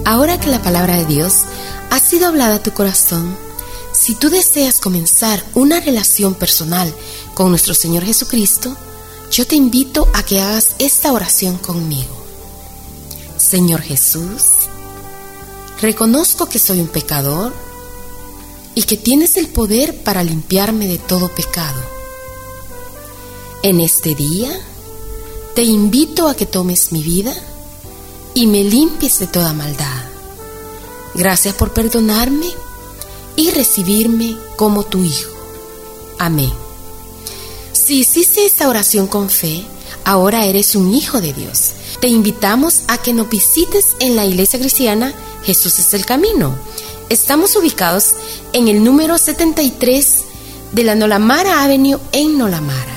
Ahora que la palabra de Dios ha sido hablada a tu corazón, si tú deseas comenzar una relación personal con nuestro Señor Jesucristo, yo te invito a que hagas esta oración conmigo. Señor Jesús, reconozco que soy un pecador y que tienes el poder para limpiarme de todo pecado. En este día, te invito a que tomes mi vida y me limpies de toda maldad. Gracias por perdonarme y recibirme como tu Hijo. Amén. Si hiciste esta oración con fe, ahora eres un hijo de Dios. Te invitamos a que nos visites en la iglesia cristiana Jesús es el Camino. Estamos ubicados en el número 73 de la Nolamara Avenue en Nolamara.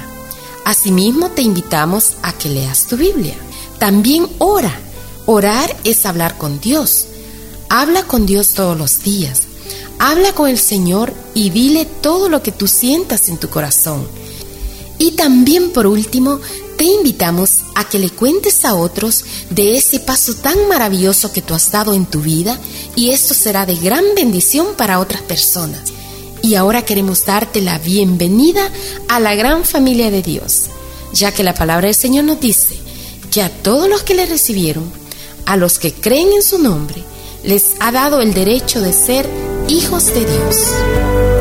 Asimismo, te invitamos a que leas tu Biblia. También ora. Orar es hablar con Dios. Habla con Dios todos los días. Habla con el Señor y dile todo lo que tú sientas en tu corazón. Y también por último, te invitamos a que le cuentes a otros de ese paso tan maravilloso que tú has dado en tu vida y esto será de gran bendición para otras personas. Y ahora queremos darte la bienvenida a la gran familia de Dios, ya que la palabra del Señor nos dice que a todos los que le recibieron, a los que creen en su nombre, les ha dado el derecho de ser hijos de Dios.